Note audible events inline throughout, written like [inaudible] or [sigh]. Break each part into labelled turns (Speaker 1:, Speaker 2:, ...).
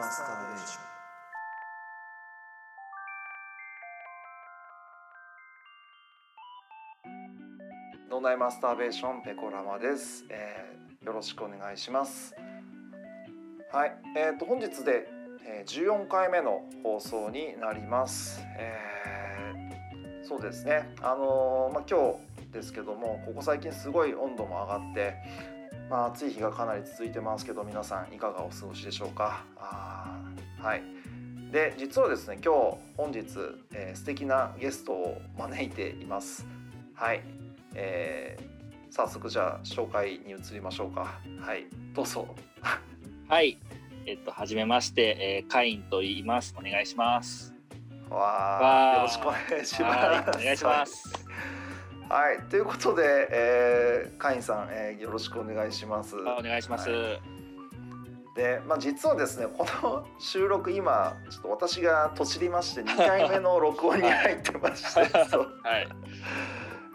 Speaker 1: マスターベーション
Speaker 2: 脳内マスターベーションペコラマです、えーよろしくお願いしますはい、えー、と本日で、えー14回目の放送になります、えーそうですねあのーまあ、今日ですけどもここ最近すごい温度も上がってまあ、暑い日がかなり続いてますけど皆さんいかがお過ごしでしょうかあーはいで実はですね今日本日、えー素敵なゲストを招いていますはいえー早速じゃあ紹介に移りましょうかはいどうぞ
Speaker 3: はい。えっと、はじめまして、えー、カインと言います。お願いします。
Speaker 2: わ
Speaker 3: わ
Speaker 2: あ
Speaker 3: ー
Speaker 2: よろしくお願いし
Speaker 3: は
Speaker 2: ます
Speaker 3: いお願いします。
Speaker 2: はいということで、えー、カインさん、えーよろしくお願いします
Speaker 3: あお願いします。
Speaker 2: は
Speaker 3: は
Speaker 2: で、まあ、実はですねこの収録今ちょっと私がとちりまして2回目
Speaker 3: [laughs]
Speaker 2: の録音に入ってまして、そう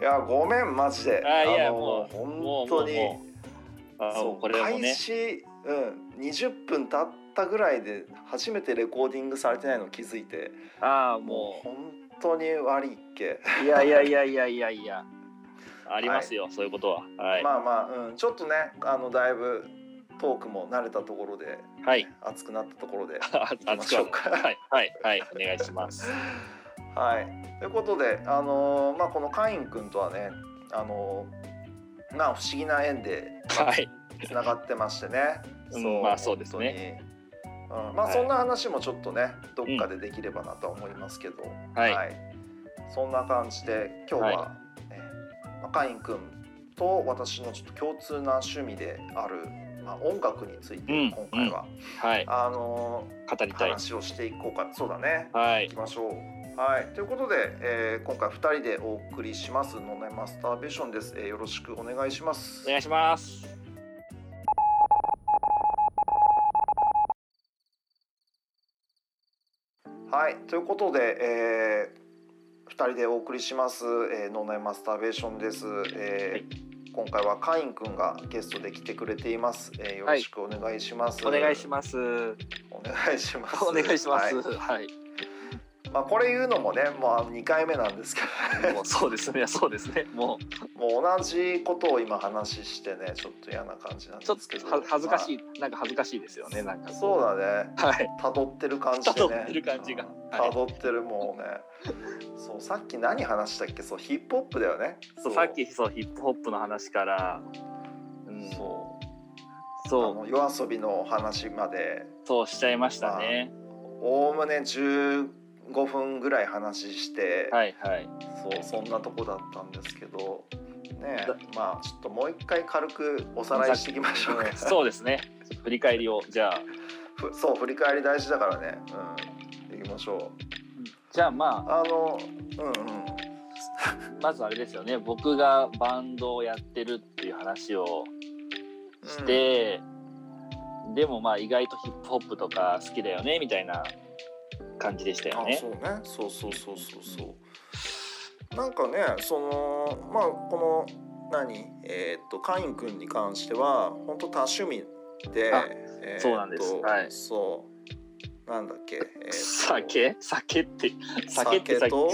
Speaker 3: い。
Speaker 2: いやごめんマジで
Speaker 3: あいや
Speaker 2: の
Speaker 3: もうも
Speaker 2: 本
Speaker 3: うも
Speaker 2: 当
Speaker 3: う
Speaker 2: に
Speaker 3: もうあ
Speaker 2: そ
Speaker 3: も
Speaker 2: う
Speaker 3: うこれも
Speaker 2: 開
Speaker 3: ね。
Speaker 2: 始、うん、20分経ったぐらいで初めてレコーディングされてないの気づいて
Speaker 3: ああ
Speaker 2: も
Speaker 3: も
Speaker 2: う本当に悪いっけ、
Speaker 3: う。いやいやいやいやいやいや。ありますよ、そういうことは。はい。
Speaker 2: まあまあ、うん、ちょっとねあのだいぶトークも慣れたところで
Speaker 3: はい。 [laughs]
Speaker 2: 熱くなったところで
Speaker 3: あ
Speaker 2: きましょうか
Speaker 3: はいはいはいお願いします。
Speaker 2: はい、ということで、あのーまあ、このカイン君とはね、あのーまあ、不思議な縁で
Speaker 3: はい。
Speaker 2: つながってましてね
Speaker 3: うんまあそうです
Speaker 2: ね
Speaker 3: ね。
Speaker 2: うん、まあ
Speaker 3: はい
Speaker 2: そんな話もちょっとね、どっかでできればなとは思いますけど、
Speaker 3: はい、
Speaker 2: そんな感じで今日は、
Speaker 3: は
Speaker 2: えーまあ、カイン君と私のちょっと共通な趣味である、まあ、音楽について
Speaker 3: うん
Speaker 2: 今回は、
Speaker 3: はい
Speaker 2: あのー
Speaker 3: 語りたい。
Speaker 2: 話をしていこうかそうだね
Speaker 3: はい
Speaker 2: いきましょう。はい、ということで、えー今回2人でお送りします「ノネマスターベーション」です、えーよろしくお願いします
Speaker 3: お。願いします。
Speaker 2: はい、ということで、え2人でお送りします「えー、ノネマスターベーション」です。えー今回はカインくんがゲストで来てくれています。えーよろしくお願いします。
Speaker 4: お願いします。お
Speaker 2: お願い
Speaker 4: [laughs]
Speaker 2: します。
Speaker 4: 願いします。
Speaker 2: は
Speaker 4: はい。
Speaker 2: いまあこれ言うのもね、もう2回目なんですけど、
Speaker 4: もうそうですね。そうですね。も
Speaker 2: [laughs] もう同じことを今話してね、ちょっと嫌な感じなん
Speaker 4: う
Speaker 2: で
Speaker 4: ちょっ
Speaker 2: すけ
Speaker 4: と
Speaker 2: ど、
Speaker 4: は恥ずかし
Speaker 2: い。
Speaker 4: い、なんか恥ずかしいですよね。なんかこう
Speaker 2: そうだね。
Speaker 4: はい。
Speaker 2: 辿ってる感じでね
Speaker 3: 辿ってる感じが
Speaker 2: うん
Speaker 3: はい
Speaker 2: 辿ってるもうねそうさっき何話したっけそうヒップホップだよね
Speaker 3: そう
Speaker 4: さっきそうヒップホップの話から、うん、そう
Speaker 2: そうあ
Speaker 4: そ
Speaker 2: の夜遊びの話まで
Speaker 3: うしちゃいましたね。
Speaker 2: おおむね15分ぐらい話して、
Speaker 3: はい [laughs] はい。
Speaker 2: そうそんなとこだったんですけどね
Speaker 3: だ
Speaker 2: まあちょっともう一回軽くおさらいしていきましょうか
Speaker 3: そうですね。振り返りをじゃあ
Speaker 2: [laughs] ふそう振り返り大事だからねうんいきましょう
Speaker 3: じゃあま
Speaker 2: あのうんうん
Speaker 3: あまずあれですよね僕がバンドをやってるっていう話をして、でもまあ意外とヒップホップとか好きだよねみたいな感じでしたよ
Speaker 2: あ
Speaker 3: ね
Speaker 2: そうねそうそうそうそうそうなんかねそのまあこの何えーっとカイン君に関しては本当多趣味で、
Speaker 3: あ
Speaker 2: えーっと
Speaker 3: そうなんですはい
Speaker 2: そうなんだっけ、えーっと
Speaker 3: 酒酒って酒って
Speaker 2: 酒
Speaker 3: さ
Speaker 2: と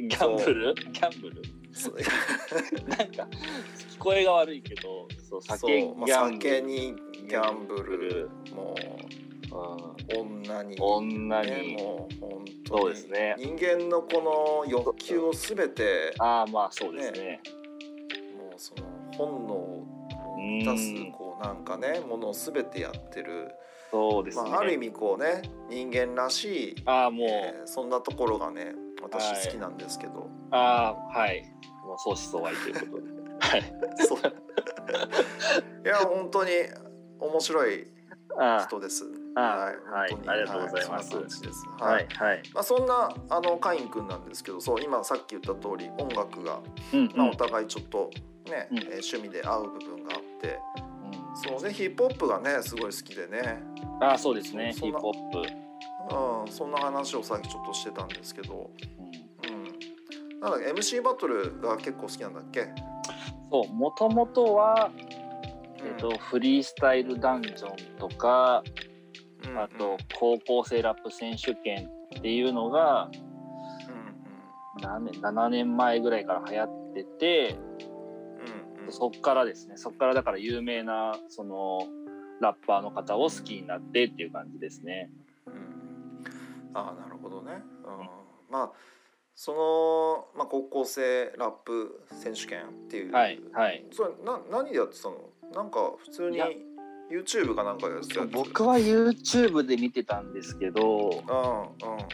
Speaker 3: ギャンブルギャンブル
Speaker 2: そう
Speaker 3: なんか聞こえが悪いけどそう酒
Speaker 2: そうまあ
Speaker 3: ギャンブ
Speaker 2: 酒
Speaker 3: ル、
Speaker 2: にギャンブル
Speaker 3: ル
Speaker 2: も
Speaker 3: う
Speaker 2: う女
Speaker 3: ん、
Speaker 2: に
Speaker 3: 女に、
Speaker 2: ねもう本当に
Speaker 3: そうですね
Speaker 2: 人間のこの欲求をすべて
Speaker 3: ああまあそうですね
Speaker 2: もうその本能を満たすこうなんかねものを全てやってる、
Speaker 3: そうです
Speaker 2: ま
Speaker 3: ね、
Speaker 2: あ、ある意味こうね人間らしい、
Speaker 3: ああもう、
Speaker 2: えーそんなところがね
Speaker 3: は
Speaker 2: 私
Speaker 3: い
Speaker 2: 好きなんですけど、
Speaker 3: ああはいもう相思相愛ということで [laughs] はい
Speaker 2: そういや本当に面白い
Speaker 3: あ
Speaker 2: 人です。
Speaker 3: あ
Speaker 2: はい
Speaker 3: はい
Speaker 2: 本当に
Speaker 3: ありがとうございます
Speaker 2: はそんな感じです
Speaker 3: あ
Speaker 2: はい
Speaker 3: はいはい
Speaker 2: まあ、そんなあのカイン君なんですけどそう今さっき言った通り音楽が、
Speaker 3: うんうん
Speaker 2: まあ、お互いちょっとね、
Speaker 3: うん
Speaker 2: えー趣味で合う部分があって
Speaker 3: う
Speaker 2: そうねヒップホップがねすごい好きでね
Speaker 3: んああそうですね
Speaker 2: そ
Speaker 3: ヒッ
Speaker 2: んな
Speaker 3: プホップ、
Speaker 2: うん、そんな話をさっきちょっとしてたんですけど、
Speaker 3: うん
Speaker 2: うん、なんだっけ MC バトルが結構好きなんだっけ、
Speaker 3: そうもともとは、
Speaker 2: うん
Speaker 3: えっとフリースタイルダンジョンとか、
Speaker 2: うん
Speaker 3: あと高校生ラップ選手権っていうのが
Speaker 2: う
Speaker 3: 何年7年前ぐらいから流行ってて
Speaker 2: んうんうんうん
Speaker 3: そっからですねそっからだから有名なそのラッパーの方を好きになってっていう感じですね。
Speaker 2: うんああなるほどね、うん、まあその、まあ、高校生ラップ選手権っていう、
Speaker 3: はいはい
Speaker 2: それな何でやってたのなんか普通に
Speaker 3: いや
Speaker 2: YouTube かなんかでやってたやつ
Speaker 3: 僕は YouTube で見てたんですけど
Speaker 2: うんうんうん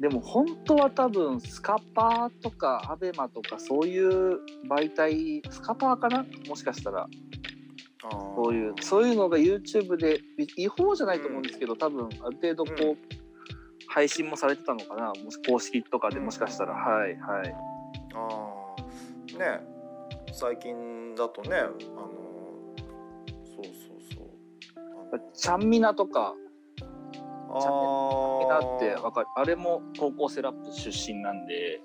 Speaker 3: でも本当は多分スカパーとかアベマとかそういう媒体スカパーかなもしかしたら
Speaker 2: ああ
Speaker 3: そういうそういうのが YouTube で違法じゃないと思うんですけど、多分ある程度こう、
Speaker 2: うん
Speaker 3: 配信もされてたのかなもし公式とかで
Speaker 2: うん
Speaker 3: もしかしたら、はいはい
Speaker 2: ああね最近だとねあのそうそうそう
Speaker 3: ちゃんみなとか
Speaker 2: あの
Speaker 3: みなって
Speaker 2: あ
Speaker 3: わかるあれも高校生ラップ出身なんで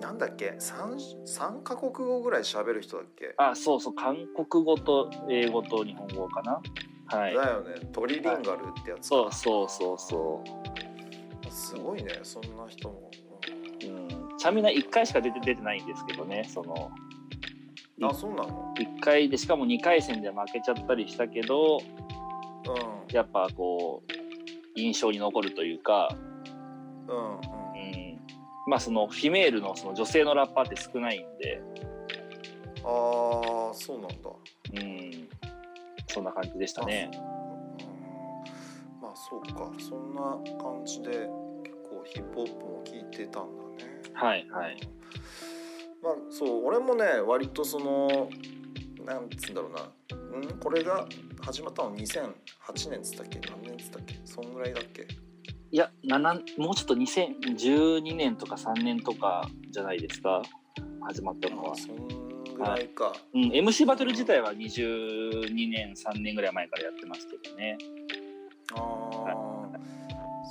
Speaker 2: ーなんだっけ三三カ国語ぐらい喋る人だっけ
Speaker 3: あそうそう韓国語と英語と日本語かなはい
Speaker 2: だよねトリリンガルってやつか、
Speaker 3: そうそうそうそう
Speaker 2: すごいねそんな人も、
Speaker 3: うんちゃんみな1回しか出て出てないんですけどねその
Speaker 2: うんあそうなの
Speaker 3: 1回でしかも2回戦で負けちゃったりしたけど
Speaker 2: う
Speaker 3: やっぱこう印象に残るというか、
Speaker 2: んうん
Speaker 3: う
Speaker 2: うん
Speaker 3: ん、まあそのフィメールのその女性のラッパーって少ないんで、
Speaker 2: ああそうなんだ
Speaker 3: うん、そんな感じでしたね。
Speaker 2: うんまあそうかそんな感じで結構ヒップホップも聞いてたんだね
Speaker 3: はいはい。
Speaker 2: まあそう俺もね割とそのなんつうんだろうなんこれが始まったの2008年っつったっけ何年っつったっけそんぐらいだっけ
Speaker 3: いや七もうちょっと2012年とか3年とかじゃないですか始まったの
Speaker 2: あ
Speaker 3: は。
Speaker 2: そんぐらいか、
Speaker 3: うん、MC バトル自体は22年3年ぐらい前からやってますけどね。
Speaker 2: ああ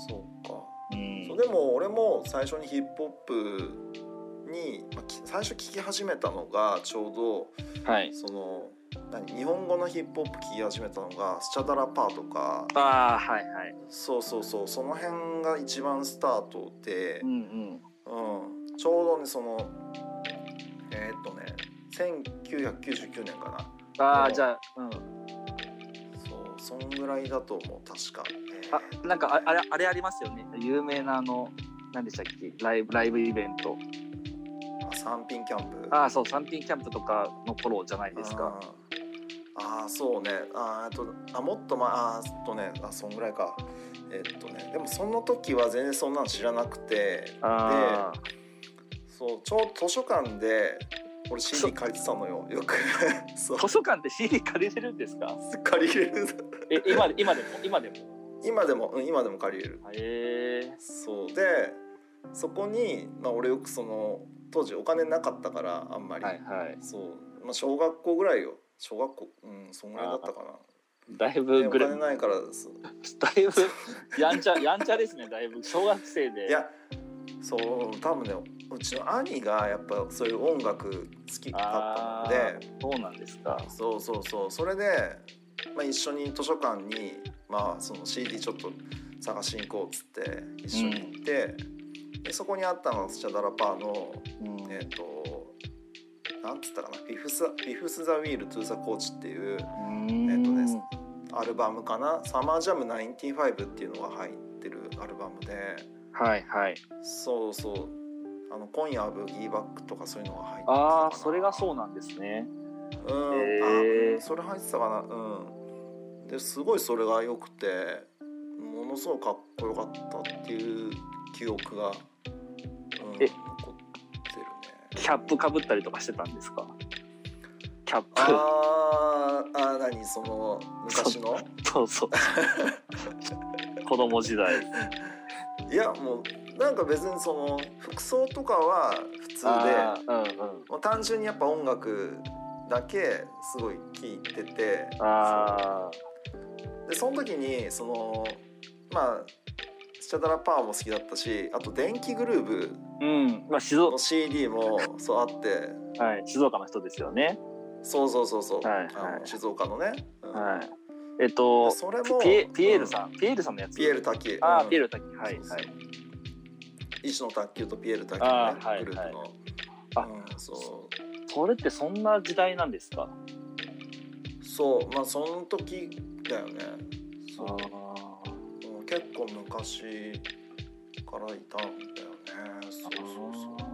Speaker 2: そうか
Speaker 3: うん
Speaker 2: そうでも俺も最初にヒップホップにまあき最初聞き始めたのがちょうど
Speaker 3: はい。
Speaker 2: その何日本語のヒップホップ聴き始めたのがスチャダラパーとか
Speaker 3: ああはいはい。
Speaker 2: そうそうそうその辺が一番スタートで
Speaker 3: う、ん
Speaker 2: うん、ちょうどねそのえーっとね1999年かな
Speaker 3: うん。ああじゃあ、うん、
Speaker 2: そうそんぐらいだと思う確か、えー
Speaker 3: あなんかああれあれありますよね有名なあの何でしたっけライブライブイベント
Speaker 2: あ三品キャンプ
Speaker 3: ああそう三品キャンプとかの頃じゃないですか
Speaker 2: あーあーそうねあーえっとあもっと前あーえっとねあそんぐらいかえっとねでもその時は全然そんなの知らなくて
Speaker 3: あ
Speaker 2: そうちょうど図書館で俺 CD 借りてたのよよく [laughs] そう
Speaker 3: ー図書館で CD 借りれるんですか
Speaker 2: 借りれる
Speaker 3: え今今でも今でも
Speaker 2: 今でも、うん、今でも借りれる
Speaker 3: へえ
Speaker 2: そうでそこに、まあ、俺よくその当時お金なかったからあんまり、
Speaker 3: はいはい
Speaker 2: そう、まあ、小学校ぐらいよ小学校うんそんぐらいだったかな
Speaker 3: だい
Speaker 2: で
Speaker 3: ぶ
Speaker 2: お
Speaker 3: ぐらい
Speaker 2: 金ないからそう
Speaker 3: だいぶやんちゃ [laughs] やんちゃですねだいぶ小学生で
Speaker 2: いやそう多分ねうちの兄がやっぱそういう音楽好きだ
Speaker 3: あ
Speaker 2: っ
Speaker 3: あ
Speaker 2: たので
Speaker 3: そうなんですか
Speaker 2: そうそうそうそれで、まあ、一緒に図書館に、まあ、その CD ちょっと探しに行こうっつって一緒に行って、でそこにあったのがスチャダラパーの
Speaker 3: うん
Speaker 2: えっ、となんつったかな「フィフス・フィフス・ザ・ウィール・トゥ・ザ・コーチ」っていうえっとねアルバムかな「サマージャム95」っていうのが入ってるアルバムで
Speaker 3: はいはい
Speaker 2: そうそうあの今夜はブギーバックとかそういうのが入ってたかな
Speaker 3: ああそれがそうなんですね
Speaker 2: うん、
Speaker 3: へー
Speaker 2: あそれ入ってたかなうんですごいそれが良くてものすごくかっこよかったっていう記憶が、うん、残って
Speaker 3: え
Speaker 2: るね
Speaker 3: キャップかぶったりとかしてたんですかキャップ
Speaker 2: あーあー何その昔の
Speaker 3: [laughs] そうそう。
Speaker 2: [laughs]
Speaker 3: 子供時代。
Speaker 2: いやもうなんか別にその服装とかは普通
Speaker 3: あ
Speaker 2: で
Speaker 3: ーうんうん。
Speaker 2: もう単純にやっぱ音楽だけすごい聴いてて
Speaker 3: あ
Speaker 2: でその時にそのまあスチャダラパーも好きだったしあと電気グルーブ
Speaker 3: ーうん。まあ静
Speaker 2: の CD もそうあって
Speaker 3: はい静岡の人ですよね。
Speaker 2: そうそうそうそう、
Speaker 3: はいはい
Speaker 2: あの静岡のね、うん
Speaker 3: はい。えっと
Speaker 2: それも
Speaker 3: ピエピエール
Speaker 2: ん、
Speaker 3: さん、ピエールさんのやつ
Speaker 2: ピエール滝
Speaker 3: ああ
Speaker 2: うん
Speaker 3: ピエール滝はい
Speaker 2: そうそう
Speaker 3: はい
Speaker 2: 石の卓球とピエール滝
Speaker 3: あ
Speaker 2: のね
Speaker 3: ーはい
Speaker 2: グループの、
Speaker 3: あ
Speaker 2: うん、そう
Speaker 3: それってそんな時代なんですか
Speaker 2: そうまあその時だよね
Speaker 3: あ
Speaker 2: そううん結構昔からいたんだよねそうそうそう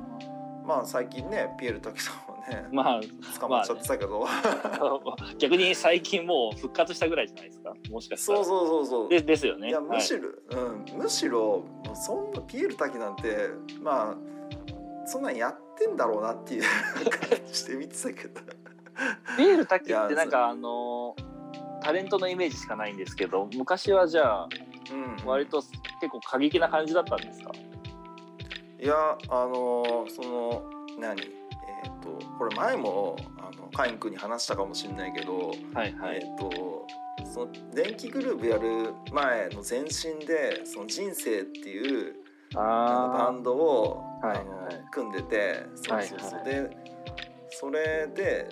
Speaker 2: まあ最近ねピエール滝さんはね
Speaker 3: まあ
Speaker 2: 捕まっちゃってたけど、
Speaker 3: [laughs] 逆に最近もう復活したぐらいじゃないですかもしかしたら
Speaker 2: [laughs] そうそうそうそう
Speaker 3: でですよね
Speaker 2: いや
Speaker 3: は
Speaker 2: むしろ、うん、むしろもうそんなピエール滝なんてまあそんなんやってんだろうなっていう [laughs] 感じで見てたけど
Speaker 3: ピエール滝
Speaker 2: いや
Speaker 3: ってなんかあのタレントのイメージしかないんですけど昔はじゃあ
Speaker 2: うん
Speaker 3: 割と結構過激な感じだったんですか
Speaker 2: いやあのーその何えっ、とこれ前もあのカイン君に話したかもしれないけど、
Speaker 3: はい
Speaker 2: えっ、とその電気グループやる前の前身でその人生っていうなんかバ
Speaker 3: あ
Speaker 2: ンドを、
Speaker 3: はい
Speaker 2: あの
Speaker 3: はい
Speaker 2: 組んでてそうそうそう、
Speaker 3: はいはい
Speaker 2: でそれで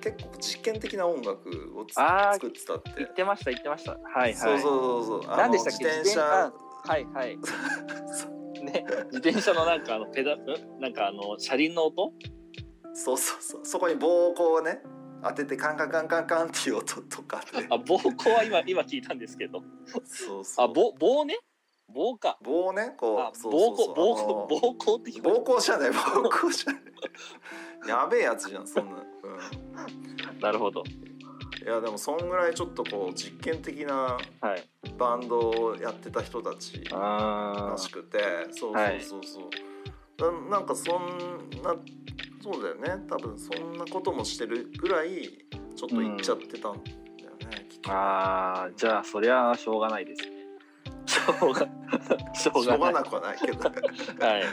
Speaker 2: 結構実験的な音楽をつ
Speaker 3: あー
Speaker 2: 作ってたって
Speaker 3: あ言ってました言ってましたはいはい
Speaker 2: そうそうそうそうあの
Speaker 3: 何でしたっけ
Speaker 2: 自転
Speaker 3: 自転
Speaker 2: 車
Speaker 3: あはいはい
Speaker 2: [laughs]
Speaker 3: ね自転車のなんかあのペダんなんかあの車輪の音
Speaker 2: そうそうそうそこに棒をこうね当ててカンカンカンカンカンっていう音とかで
Speaker 3: あ暴行は今今聞いたんですけど
Speaker 2: そうそう
Speaker 3: あ棒棒ね棒か
Speaker 2: 棒をねこ
Speaker 3: あ
Speaker 2: うそう
Speaker 3: 暴
Speaker 2: そ
Speaker 3: 行
Speaker 2: うそう
Speaker 3: 暴
Speaker 2: あ
Speaker 3: 行
Speaker 2: の
Speaker 3: 暴行って聞こ
Speaker 2: 暴行じゃない暴行じゃないやべえやつじゃんそんな、う
Speaker 3: えたなるほど
Speaker 2: ん、いやでもそんぐらいちょっとこう実験的な
Speaker 3: はい
Speaker 2: バンドをやってた人たち
Speaker 3: あ
Speaker 2: らしくてそうそうそうそう、ななんかそんなそうだよね多分そんなこともしてるぐらいちょっと行っちゃってたんだよね、きっと
Speaker 3: あーじゃあそりゃしょうがない
Speaker 2: [laughs]
Speaker 3: ですねしょうがしょう
Speaker 2: しょ
Speaker 3: が
Speaker 2: うが
Speaker 3: な
Speaker 2: なくはないけど
Speaker 3: [laughs] いはい
Speaker 2: い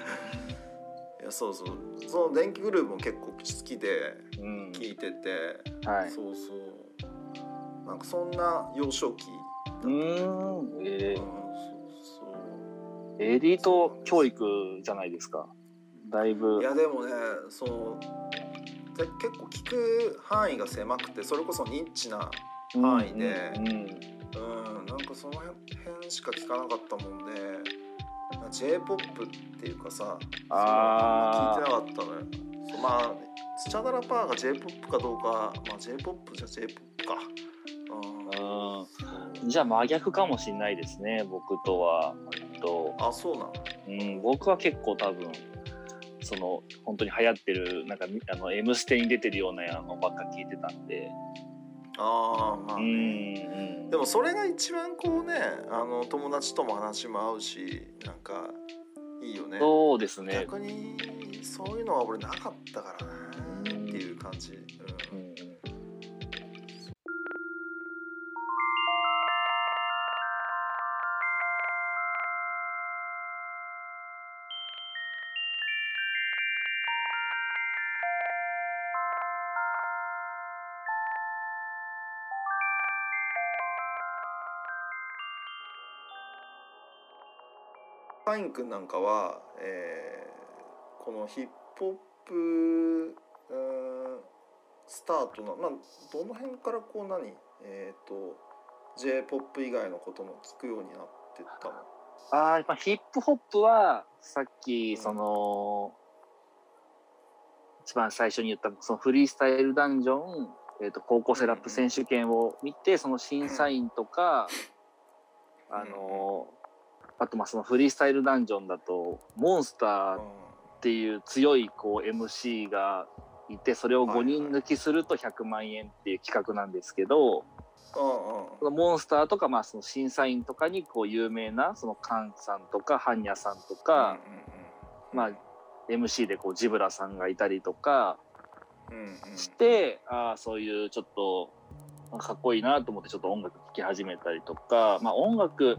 Speaker 2: やそうそうその電気グループも結構好きで
Speaker 3: うん
Speaker 2: 聴いてて、
Speaker 3: はい
Speaker 2: そうそうなんかそんな幼少期
Speaker 3: うーん
Speaker 2: う
Speaker 3: え
Speaker 2: んそうそう
Speaker 3: ーエリート教育じゃないですかだいぶ
Speaker 2: いやでもねそので結構聞く範囲が狭くてそれこそニッチな範囲で
Speaker 3: うんうん
Speaker 2: うんなんかその辺しか聞かなかったもんで j p o p っていうかさ
Speaker 3: あー
Speaker 2: その聞いてなかったのよそうまあスチャダラパーが j p o p かどうか、まあ、j p o p じゃ j p o p かうん
Speaker 3: うんじゃあ真逆かもしれないですね僕とは割と、
Speaker 2: あそうなの
Speaker 3: うん、僕は結構多分その本当に流行ってるなんかみあの「M ステ」に出てるようなのばっか聞いてたんで
Speaker 2: あーまあ
Speaker 3: う
Speaker 2: ね、
Speaker 3: んうん
Speaker 2: でもそれが一番こうねあの友達とも話も合うしなんかいいよね
Speaker 3: そうですね、
Speaker 2: 逆にそういうのは俺なかったからなっていう感じ、う
Speaker 3: うんんうん
Speaker 2: カイン君なんかは、えーこのヒップホップ、うんスタートの、まあ、どの辺からこう何えっ、と j p o p 以外のことも聞くようになってったの
Speaker 3: あーまあヒップホップはさっきその、一番最初に言ったそのフリースタイルダンジョン、えー、と高校生ラップ選手権を見てその審査員とか、
Speaker 2: ん
Speaker 3: あのあとまあそのフリースタイルダンジョンだとモンスターっていう強いこう MC がいてそれを5人抜きすると100万円っていう企画なんですけど。
Speaker 2: うんうん
Speaker 3: そのモンスターとか、まあ、その審査員とかにこう有名なそのカンさんとかハンニャさんとか、
Speaker 2: うん
Speaker 3: まあ MC でこうジブラさんがいたりとか
Speaker 2: うんうん
Speaker 3: して、ああそういうちょっとまあかっこいいなと思ってちょっと音楽聴き始めたりとか、まあ、音楽、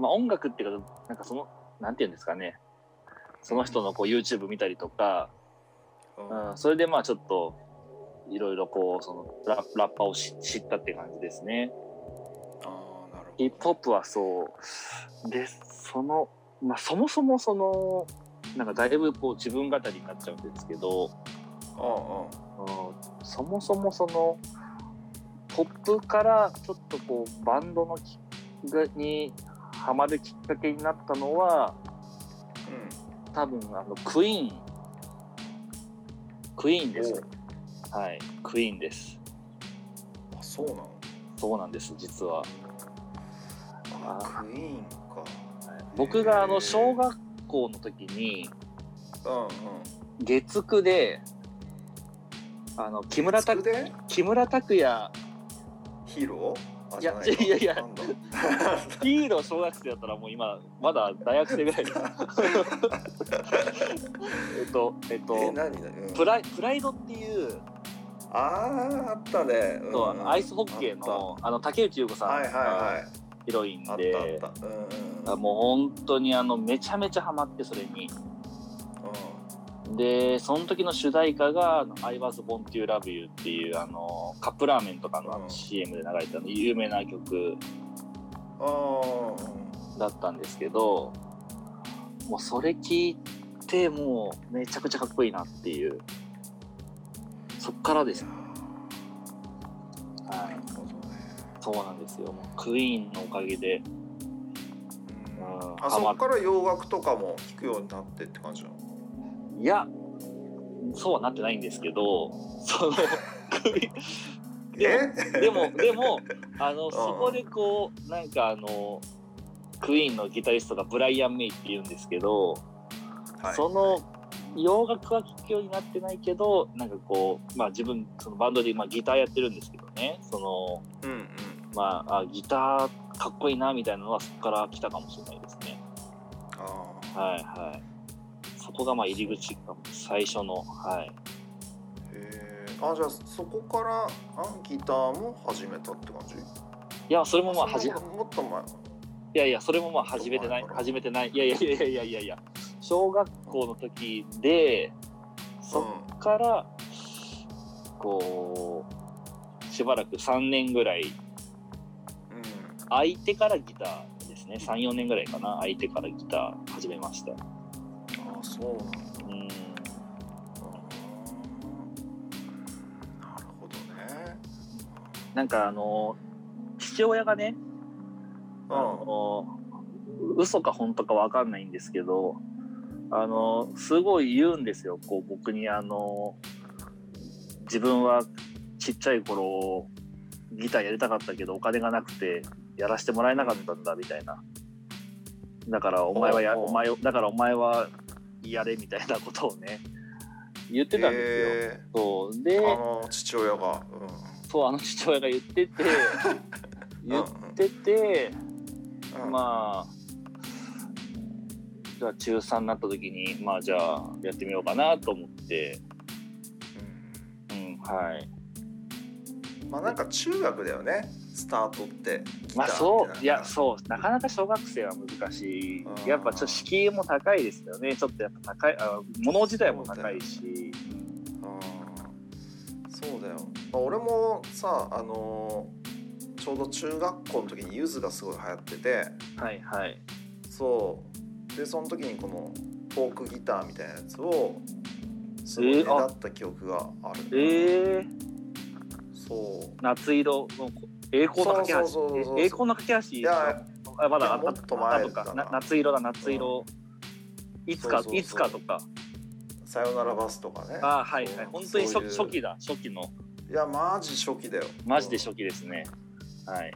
Speaker 3: まあ、音楽っていうかなんかそのなんていうんですかねその人のこう YouTube 見たりとか、
Speaker 2: うんうん
Speaker 3: うん、それでまあちょっといろいろこうそのララッパーを知知ったって感じですね。
Speaker 2: あーなるほど
Speaker 3: ヒップホップはそうでそのまあそもそもそのなんかだいぶこう自分語りになっちゃうんですけど、
Speaker 2: うんうん
Speaker 3: うんそもそもそのポップからちょっとこうバンドのきがにハマるきっかけになったのは多分あのクイーンクイーンですはいクイーンです
Speaker 2: あそうなの
Speaker 3: そうなんです実は
Speaker 2: あクイーンか
Speaker 3: 僕があの小学校の時に
Speaker 2: うんうん
Speaker 3: 月9であの木村拓
Speaker 2: で
Speaker 3: 木村拓哉
Speaker 2: ヒーローあ
Speaker 3: いや
Speaker 2: じゃなか
Speaker 3: いやいや
Speaker 2: なんだ
Speaker 3: ヒーロー小学生だったらもう今まだ大学生ぐらいです
Speaker 2: [laughs]
Speaker 3: えっとえっ
Speaker 2: え
Speaker 3: と
Speaker 2: 何だ、うん
Speaker 3: プライプライドっていう
Speaker 2: あーあったね、うん
Speaker 3: そうあのアイスホッケーのあの竹内優子さん
Speaker 2: はいはい
Speaker 3: が
Speaker 2: はい
Speaker 3: ヒロイン
Speaker 2: あっ
Speaker 3: で、
Speaker 2: たあったうんうん
Speaker 3: あもう本当にあのめちゃめちゃハマってそれにでその時の主題歌が「I was born to love you」っていうあのカップラーメンとかのあ
Speaker 2: う
Speaker 3: の
Speaker 2: ん
Speaker 3: CM で流れてたの有名な曲
Speaker 2: うん
Speaker 3: だったんですけどもうそれ聞いてもうめちゃくちゃかっこいいなっていうそっからですね、は
Speaker 2: ないる、ほどね
Speaker 3: そうなんですよもうクイーンのおかげで
Speaker 2: うん
Speaker 3: うん
Speaker 2: あそこから洋楽とかも聴くようになってって感じなの
Speaker 3: いやそうはなってないんですけどその [laughs] クイーン
Speaker 2: え
Speaker 3: でもでもあの、
Speaker 2: ん
Speaker 3: そこでこうなんかあのクイーンのギタリストがブライアン・メイって言うんですけど、
Speaker 2: はい
Speaker 3: その洋楽は聴くようになってないけどなんかこう、まあ、自分そのバンドで今ギターやってるんですけどねその、
Speaker 2: うんうん
Speaker 3: まあ、あギターかっこいいなみたいなのはそこから来たかもしれないですね
Speaker 2: ああ
Speaker 3: はいはいそこがまあ入り口かも最初のはい
Speaker 2: へえあじゃあそこからあギターも始めたって感じ
Speaker 3: いやそれもまあはじ
Speaker 2: それももっと前
Speaker 3: いやいや、それもまあ始めてない
Speaker 2: そう、なんだ
Speaker 3: 始めてない。いやいやいやいやいやいや、小学校の時で、そっから、こう、しばらく3年ぐらい、
Speaker 2: うんうん
Speaker 3: 空いてからギターですね、3、4年ぐらいかな、空いてからギター始めました。
Speaker 2: ああそうなんだ
Speaker 3: うん。
Speaker 2: うんなるほどね
Speaker 3: なんかあの、父親がね、
Speaker 2: う
Speaker 3: あの嘘か本当かわかんないんですけどあのすごい言うんですよこう僕にあの自分はちっちゃい頃ギターやりたかったけどお金がなくてやらせてもらえなかったんだみたいなだからお前はや
Speaker 2: おうおう
Speaker 3: お前をだからお前はやれみたいなことをね言ってたんですよ。
Speaker 2: え
Speaker 3: そう
Speaker 2: えあ
Speaker 3: で
Speaker 2: の父親が
Speaker 3: そうあの父親が言
Speaker 2: [laughs]
Speaker 3: ってて
Speaker 2: うん
Speaker 3: 言ってて。
Speaker 2: うんうん
Speaker 3: まあじゃあ中3になった時にまあじゃあやってみようかなと思ってうんはい
Speaker 2: うんまあなんか中学だよねスタートって
Speaker 3: まあ
Speaker 2: ギターって
Speaker 3: そ
Speaker 2: なんか
Speaker 3: ういやそうなかなか小学生は難し
Speaker 2: うん
Speaker 3: いやっぱちょっと敷居も高いですよねちょっとやっぱ高いあ物自体も高いし
Speaker 2: うんそうだよ、まあ、俺もさあのーちょうど中学校の時にゆずがすごい流行ってて
Speaker 3: はいはい
Speaker 2: そうでその時にこのフォークギターみたいなやつをすごい
Speaker 3: え
Speaker 2: 目
Speaker 3: ーあ
Speaker 2: 立った記憶がある、
Speaker 3: ええ
Speaker 2: そう
Speaker 3: 夏色の栄光の架け橋
Speaker 2: そうそうそうそう
Speaker 3: え栄光の架け橋
Speaker 2: いや
Speaker 3: あまだあ
Speaker 2: いやもっと
Speaker 3: あ
Speaker 2: 前
Speaker 3: とか
Speaker 2: だな
Speaker 3: な夏色だ夏色、いつか
Speaker 2: そうそうそう
Speaker 3: いつかとか
Speaker 2: さよならバスとかね
Speaker 3: あーはいはい
Speaker 2: そう
Speaker 3: 本当に初
Speaker 2: そういう
Speaker 3: 初期だ初期の
Speaker 2: いやマジ初期だよ
Speaker 3: マジで初期ですねはい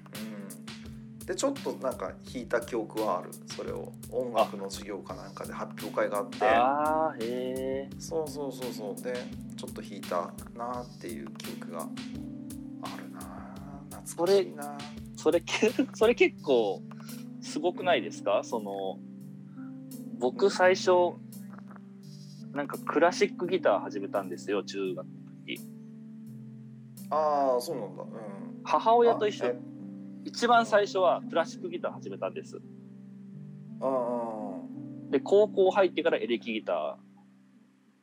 Speaker 2: うんでちょっとなんか弾いた記憶はあるそれを音楽の授業かなんかで発表会があって
Speaker 3: ああへえ
Speaker 2: そうそうそうそうでちょっと弾いたなっていう記憶があるな懐かしいな
Speaker 3: それけ [laughs] それ結構すごくないですかその僕最初なんかクラシックギター始めたんですよ中学
Speaker 2: ああそうなんだうん
Speaker 3: 母親と一
Speaker 2: あ
Speaker 3: 緒
Speaker 2: え
Speaker 3: 一番最初はクラシックギター始めたんです
Speaker 2: あー
Speaker 3: で高校入ってからエレキギター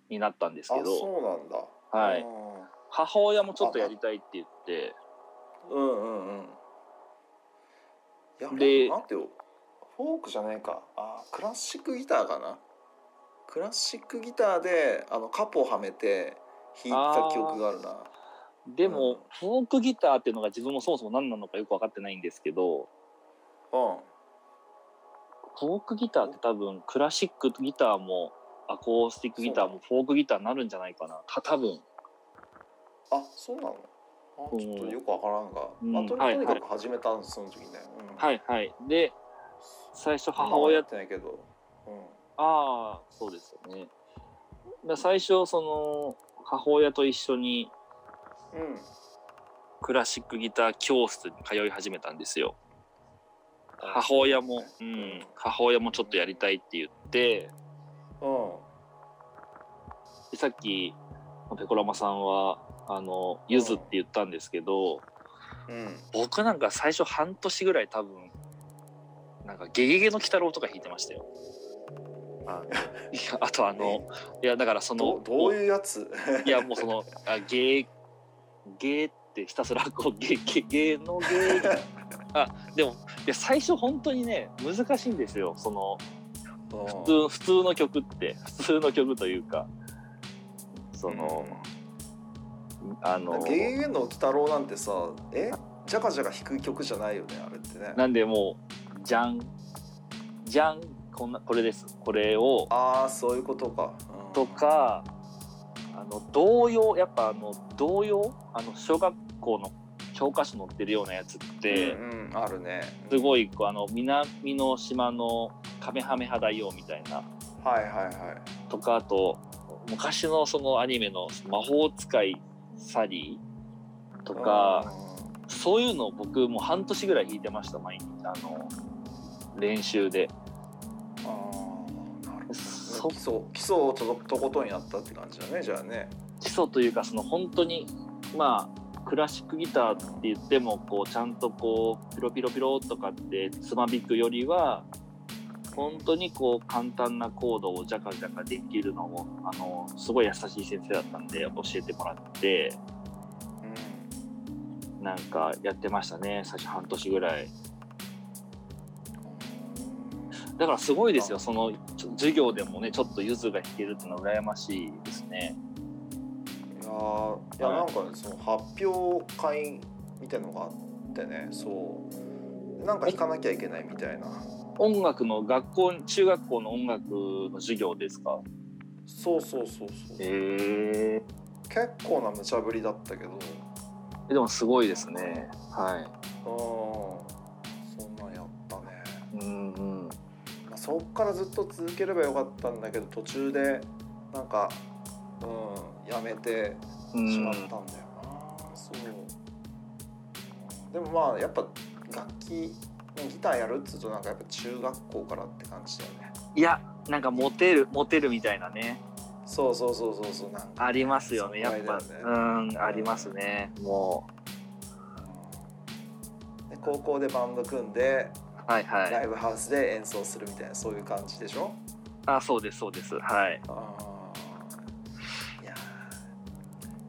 Speaker 3: になったんです
Speaker 2: あ
Speaker 3: けど
Speaker 2: そうなんだ
Speaker 3: はい
Speaker 2: あ
Speaker 3: 母親もちょっとやりたいって言って
Speaker 2: ーうんうんうんいや
Speaker 3: で
Speaker 2: 待ってよフォークじゃねえかあークラシックギターかなクラシックギターであのカポはめて弾いた記憶があるな
Speaker 3: でも、フォークギターっていうのが自分もそもそも何なのかよく分かってないんですけど、
Speaker 2: うん
Speaker 3: フォークギターって多分クラシックギターもアコースティックギターもフォークギターになるんじゃないかなた多分
Speaker 2: あそうなのあ
Speaker 3: うん
Speaker 2: ちょっとよくわからんが、
Speaker 3: うん
Speaker 2: まあ、とに
Speaker 3: はい
Speaker 2: とにかく始めたんですその時ね、うん
Speaker 3: はいはいで最初母
Speaker 2: 今はや
Speaker 3: 親
Speaker 2: ってないけど、うん
Speaker 3: ああそうですよねで最初その母親と一緒に
Speaker 2: うん、
Speaker 3: クラシックギター教室に通い始めたんですよ
Speaker 2: あ
Speaker 3: 母親も、う
Speaker 2: うん
Speaker 3: ん、母親もちょっとやりたいって言って
Speaker 2: うん
Speaker 3: でさっきペコラマさんはあのゆずって言ったんですけど、
Speaker 2: うん
Speaker 3: 僕なんか最初半年ぐらい多分なんか「ゲゲゲの鬼太郎」とか弾いてましたよ。 [laughs]
Speaker 2: あ
Speaker 3: いやあとあのいやだからそ
Speaker 2: ど
Speaker 3: の
Speaker 2: どういうやつ
Speaker 3: いやもうそのあゲーゲーってひたすらこうゲゲゲのゲ
Speaker 2: [laughs]
Speaker 3: ーあでもいや最初本当にね難しいんですよその
Speaker 2: 普
Speaker 3: 普通普通の曲って普通の曲というかその、あの
Speaker 2: ゲゲゲの鬼太郎なんてさえジャカジャカ弾く曲じゃないよねあれってね
Speaker 3: なんでもうじゃんじゃんこんなこれですこれを
Speaker 2: ああそういうことか、うん
Speaker 3: とかあの童謡やっぱあの童謡あの小学校の教科書載ってるようなやつっ
Speaker 2: うん
Speaker 3: て、
Speaker 2: うんあるね
Speaker 3: すご
Speaker 2: い
Speaker 3: いこうあの南の島のカメハメハ大王みたいな
Speaker 2: はいはいはい
Speaker 3: とかあと昔のそのアニメの「魔法使いサリー」とか、そういうのを僕もう半年ぐらい弾いてました毎日あの練習で
Speaker 2: うんあーなる
Speaker 3: そ
Speaker 2: ほど基礎基礎をととことんやったって感じだねじゃあね
Speaker 3: 基礎というかその本当にまあクラシックギターって言ってもこうちゃんとこうピロピロピロとかってつまびくよりは本当にこう簡単なコードをジャカジャカできるのをあのすごい優しい先生だったんで教えてもらって
Speaker 2: う
Speaker 3: なんかやってましたね最初半年ぐらいだからすごいですよそのちょ授業でもねちょっとゆずが弾けるっていうのは羨ましいですね
Speaker 2: んいやーいやなんかねその発表会みたいのがあってねそうなんか弾かなきゃいけないみたいな
Speaker 3: 音楽の学校中学校の音楽の授業ですか
Speaker 2: そうそうそうそう
Speaker 3: え
Speaker 2: 結構な無茶ぶりだったけど
Speaker 3: でもすごいですね。は
Speaker 2: うんそんなんやったね、
Speaker 3: い。うんうん。
Speaker 2: まあ、そっからずっと続ければよかったんだけど途中でなんかうんやめてしまったんだよな、そうでもまあやっぱ楽器ねギターやるっつうとなんかやっぱ中学校からって感じだよね
Speaker 3: いや、なんかモテる、モテるみたいなね。
Speaker 2: そうそうそうそうそうなんか
Speaker 3: ありますよね。やっぱ。
Speaker 2: そうだよ
Speaker 3: う
Speaker 2: ね
Speaker 3: ん、ありますね。も
Speaker 2: で高校でバンド組んで
Speaker 3: う。はいは
Speaker 2: ラ
Speaker 3: い。
Speaker 2: イブハウスで演奏するみたいなそういう感じでしょ
Speaker 3: あ、そうです、そうです。はい。
Speaker 2: あーいや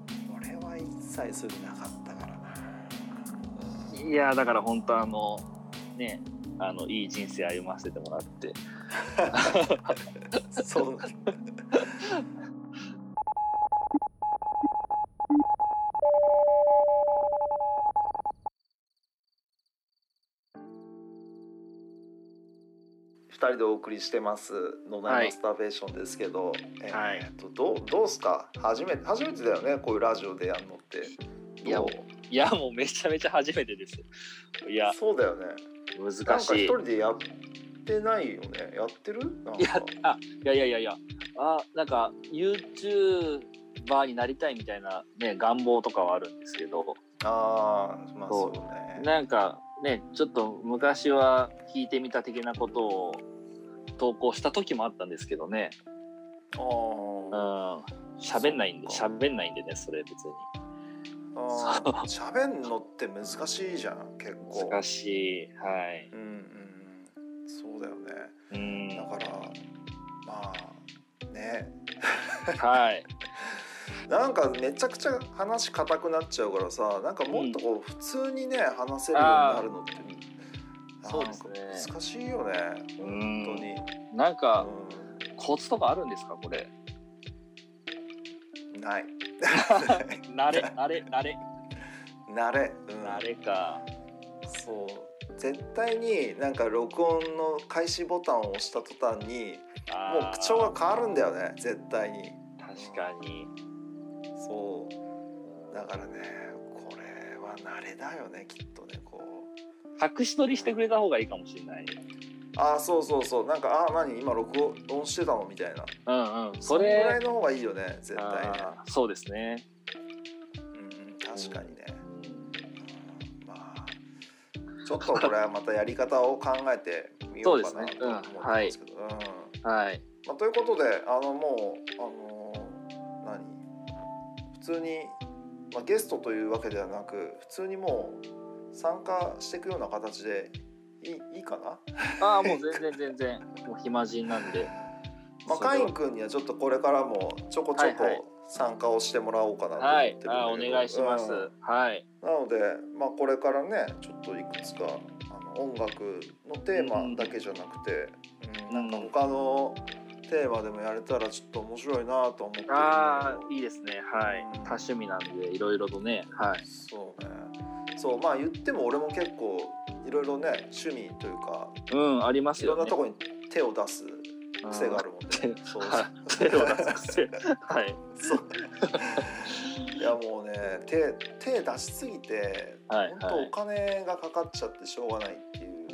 Speaker 2: ー俺は一切そういうのなかったからな、うん
Speaker 3: いや、だから本当あの、ね、あの、いい人生歩ませてもらって。
Speaker 2: そう [laughs] 二人でお送りしてます「野田マスターベーション」ですけど、え
Speaker 3: はい
Speaker 2: ーっとどうどうすか初めて初めてだよねこういうラジオでやるのって。
Speaker 3: いや
Speaker 2: どう
Speaker 3: いや、もうめちゃめちゃ初めてです。いや、
Speaker 2: そうだよね。な
Speaker 3: 難
Speaker 2: んか
Speaker 3: し
Speaker 2: 一
Speaker 3: い。
Speaker 2: 人でやってないよね。やってる？なんか
Speaker 3: いや、あ、いやいやいやいや。あ、なんか、YouTuber になりたいみたいなね、願望とかはあるんですけど。
Speaker 2: ああ、まあ
Speaker 3: そ
Speaker 2: そううね。
Speaker 3: なんかねちょっと昔は聞いてみた的なことを投稿した時もあったんですけどね
Speaker 2: あ
Speaker 3: うん
Speaker 2: あ
Speaker 3: 喋んないんで
Speaker 2: そっ
Speaker 3: 喋んないんでねそれ別に
Speaker 2: ああ、喋んのって難しいじゃん。結構。
Speaker 3: 難しいはい
Speaker 2: うんうんうん。そうだよね。
Speaker 3: うん
Speaker 2: だからまあね、
Speaker 3: はい
Speaker 2: なんかめちゃくちゃ話硬くなっちゃうからさ、なんかもっとこう普通にね話せるようになるのって。
Speaker 3: そうですね
Speaker 2: なんか難しいよね。
Speaker 3: うん
Speaker 2: 本当に。
Speaker 3: なんか
Speaker 2: うん
Speaker 3: コツとかあるんですかこれ
Speaker 2: ない。
Speaker 3: 慣れ慣れ慣れ
Speaker 2: 慣れ、うん、
Speaker 3: あれか
Speaker 2: そう絶対になんか録音の開始ボタンを押した途端にも
Speaker 3: あ
Speaker 2: う
Speaker 3: ー
Speaker 2: 口調が変わるんだよね絶対に
Speaker 3: 確かに
Speaker 2: そうだからねこれは慣れだよねきっとねこう
Speaker 3: 隠し撮りしてくれた方がいいかもしれない
Speaker 2: ああそうそうそうなんかあー何今録音してたのみたいな
Speaker 3: うんうんそ
Speaker 2: これぐら
Speaker 3: れ
Speaker 2: いの方がいいよね絶対ね
Speaker 3: あーそうですね
Speaker 2: うんうん確かにね、うんまあちょっとこれはまたやり方を考えてみようかなと思うんですけど。うん
Speaker 3: はい
Speaker 2: まあ、ということであのもう、あのー何普通に、まあ、ゲストというわけではなく普通にもう参加していくような形でいいいいかな、
Speaker 3: ああもう全然全然もう暇人なん
Speaker 2: [laughs]
Speaker 3: で
Speaker 2: まあ、
Speaker 3: それは
Speaker 2: カイン君にはちょっとこれからもちょこち
Speaker 3: は
Speaker 2: ょ
Speaker 3: いはい
Speaker 2: こ参加をしてもらおうかなと思
Speaker 3: は
Speaker 2: ってる
Speaker 3: い
Speaker 2: んだけど
Speaker 3: あーお願いします、
Speaker 2: うん
Speaker 3: はい
Speaker 2: なので、まあ、これからねちょっといくつかあの音楽のテーマだけじゃなくて、
Speaker 3: うん
Speaker 2: うんなんか他のテーマでもやれたらちょっと面白いなと思ってるん
Speaker 3: ああ
Speaker 2: だ
Speaker 3: いいですねはい
Speaker 2: うん
Speaker 3: 多趣味なんでいろいろとねはい
Speaker 2: けどそうねそうまあ言っても俺も結構いろいろね趣味というか
Speaker 3: うんあります
Speaker 2: い
Speaker 3: よ
Speaker 2: ろんな
Speaker 3: ね
Speaker 2: とこに手を出す癖があるもんね。そうそう
Speaker 3: 手を出す癖はい
Speaker 2: [laughs] そういやもうね手手出しすぎて、
Speaker 3: はい
Speaker 2: 本当お金がかかっちゃってしょうがないっていう。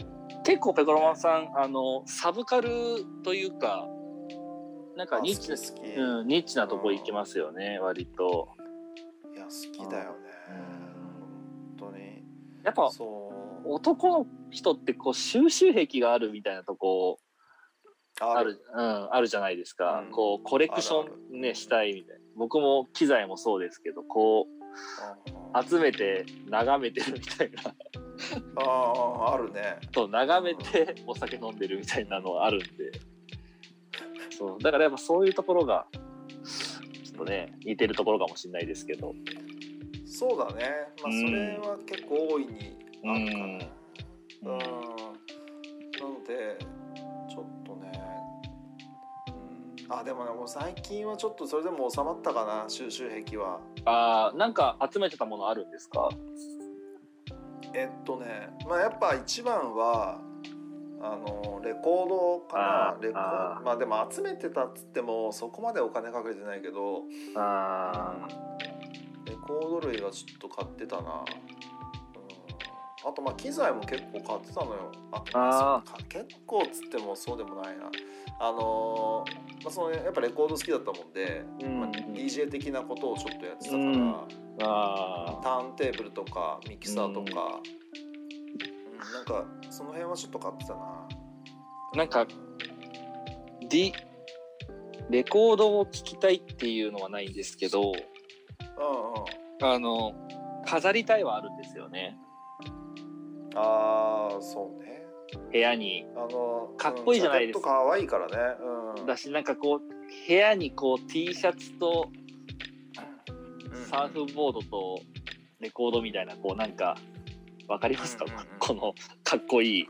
Speaker 3: 結構ペコロマンさんあのサブカルというかなんか
Speaker 2: あ
Speaker 3: ニッチ
Speaker 2: 好
Speaker 3: な
Speaker 2: き好き、
Speaker 3: うん、ニッチなとこ行きますよね、割と
Speaker 2: いや好きだよね本当に
Speaker 3: やっぱ
Speaker 2: そう
Speaker 3: 男の人ってこう収集癖があるみたいなとこあるうん、あるじゃないですか、
Speaker 2: うん
Speaker 3: こうコレクショ
Speaker 2: あるあ
Speaker 3: ン
Speaker 2: る
Speaker 3: ねしたいみたいな僕も機材もそうですけどこう
Speaker 2: あ
Speaker 3: 集めて眺めてるみたいな
Speaker 2: あああるね
Speaker 3: と眺めてお酒飲んでるみたいなのはあるんでそうだからやっぱそういうところがちょっとね似てるところかもしれないですけど
Speaker 2: そうだねまあ
Speaker 3: うん
Speaker 2: それは結構大いにあるかな
Speaker 3: う
Speaker 2: う
Speaker 3: ん
Speaker 2: んなのでちょっとねうんあでもねもう最近はちょっとそれでも収まったかな収集癖は
Speaker 3: あーなんか集めてたものあるんですか
Speaker 2: えっとねまあやっぱ一番はあのレコードか
Speaker 3: あー
Speaker 2: なレコー
Speaker 3: あー
Speaker 2: まあでも集めてたっつってもそこまでお金かけてないけど
Speaker 3: あ
Speaker 2: レコード類はちょっと買ってたな、うん、あとまあ機材も結構買ってたのよあ
Speaker 3: あ
Speaker 2: そうか結構っつってもそうでもないなあのーまあ、そのやっぱレコード好きだったもんで、
Speaker 3: うん
Speaker 2: まあ、DJ 的なことをちょっとやってたから、
Speaker 3: うんあ
Speaker 2: ターンテーブルとかミキサーとか、うんなんかその辺はちょっと買ってたな
Speaker 3: ーなんか D レコードを聴きたいっていうのはないんですけど
Speaker 2: うんうん
Speaker 3: あの飾りたいはあるんですよね
Speaker 2: ああそうね
Speaker 3: 部屋に
Speaker 2: あの
Speaker 3: かっこいいじゃないです
Speaker 2: か、うん、可愛いからね、うん、
Speaker 3: だしなんかこう部屋にこう T シャツと
Speaker 2: うん
Speaker 3: サーフボードとレコードみたいなこうなんかわかりますか、
Speaker 2: うんうんうん
Speaker 3: このかっこいい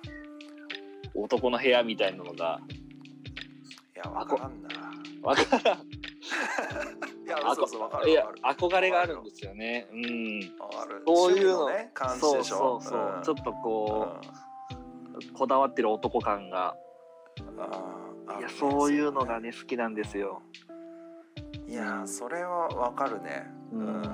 Speaker 3: 男の部屋みたいなのが
Speaker 2: いやわからんな
Speaker 3: わから
Speaker 2: [laughs]
Speaker 3: ん
Speaker 2: いや、
Speaker 3: あ
Speaker 2: そうそう、わか
Speaker 3: い
Speaker 2: る
Speaker 3: や
Speaker 2: わかる。
Speaker 3: 憧れがあるんですよねうん
Speaker 2: わかる。
Speaker 3: そういうの
Speaker 2: 趣味ね、感じ
Speaker 3: そう
Speaker 2: でし
Speaker 3: そ
Speaker 2: ょ。
Speaker 3: うそう、ちょっとこ
Speaker 2: うん
Speaker 3: う、こだわってる男感が
Speaker 2: あー
Speaker 3: いや
Speaker 2: あ
Speaker 3: そういうのがね好きなんですよ。
Speaker 2: いや、それはわかるね。う
Speaker 3: うん
Speaker 2: ん。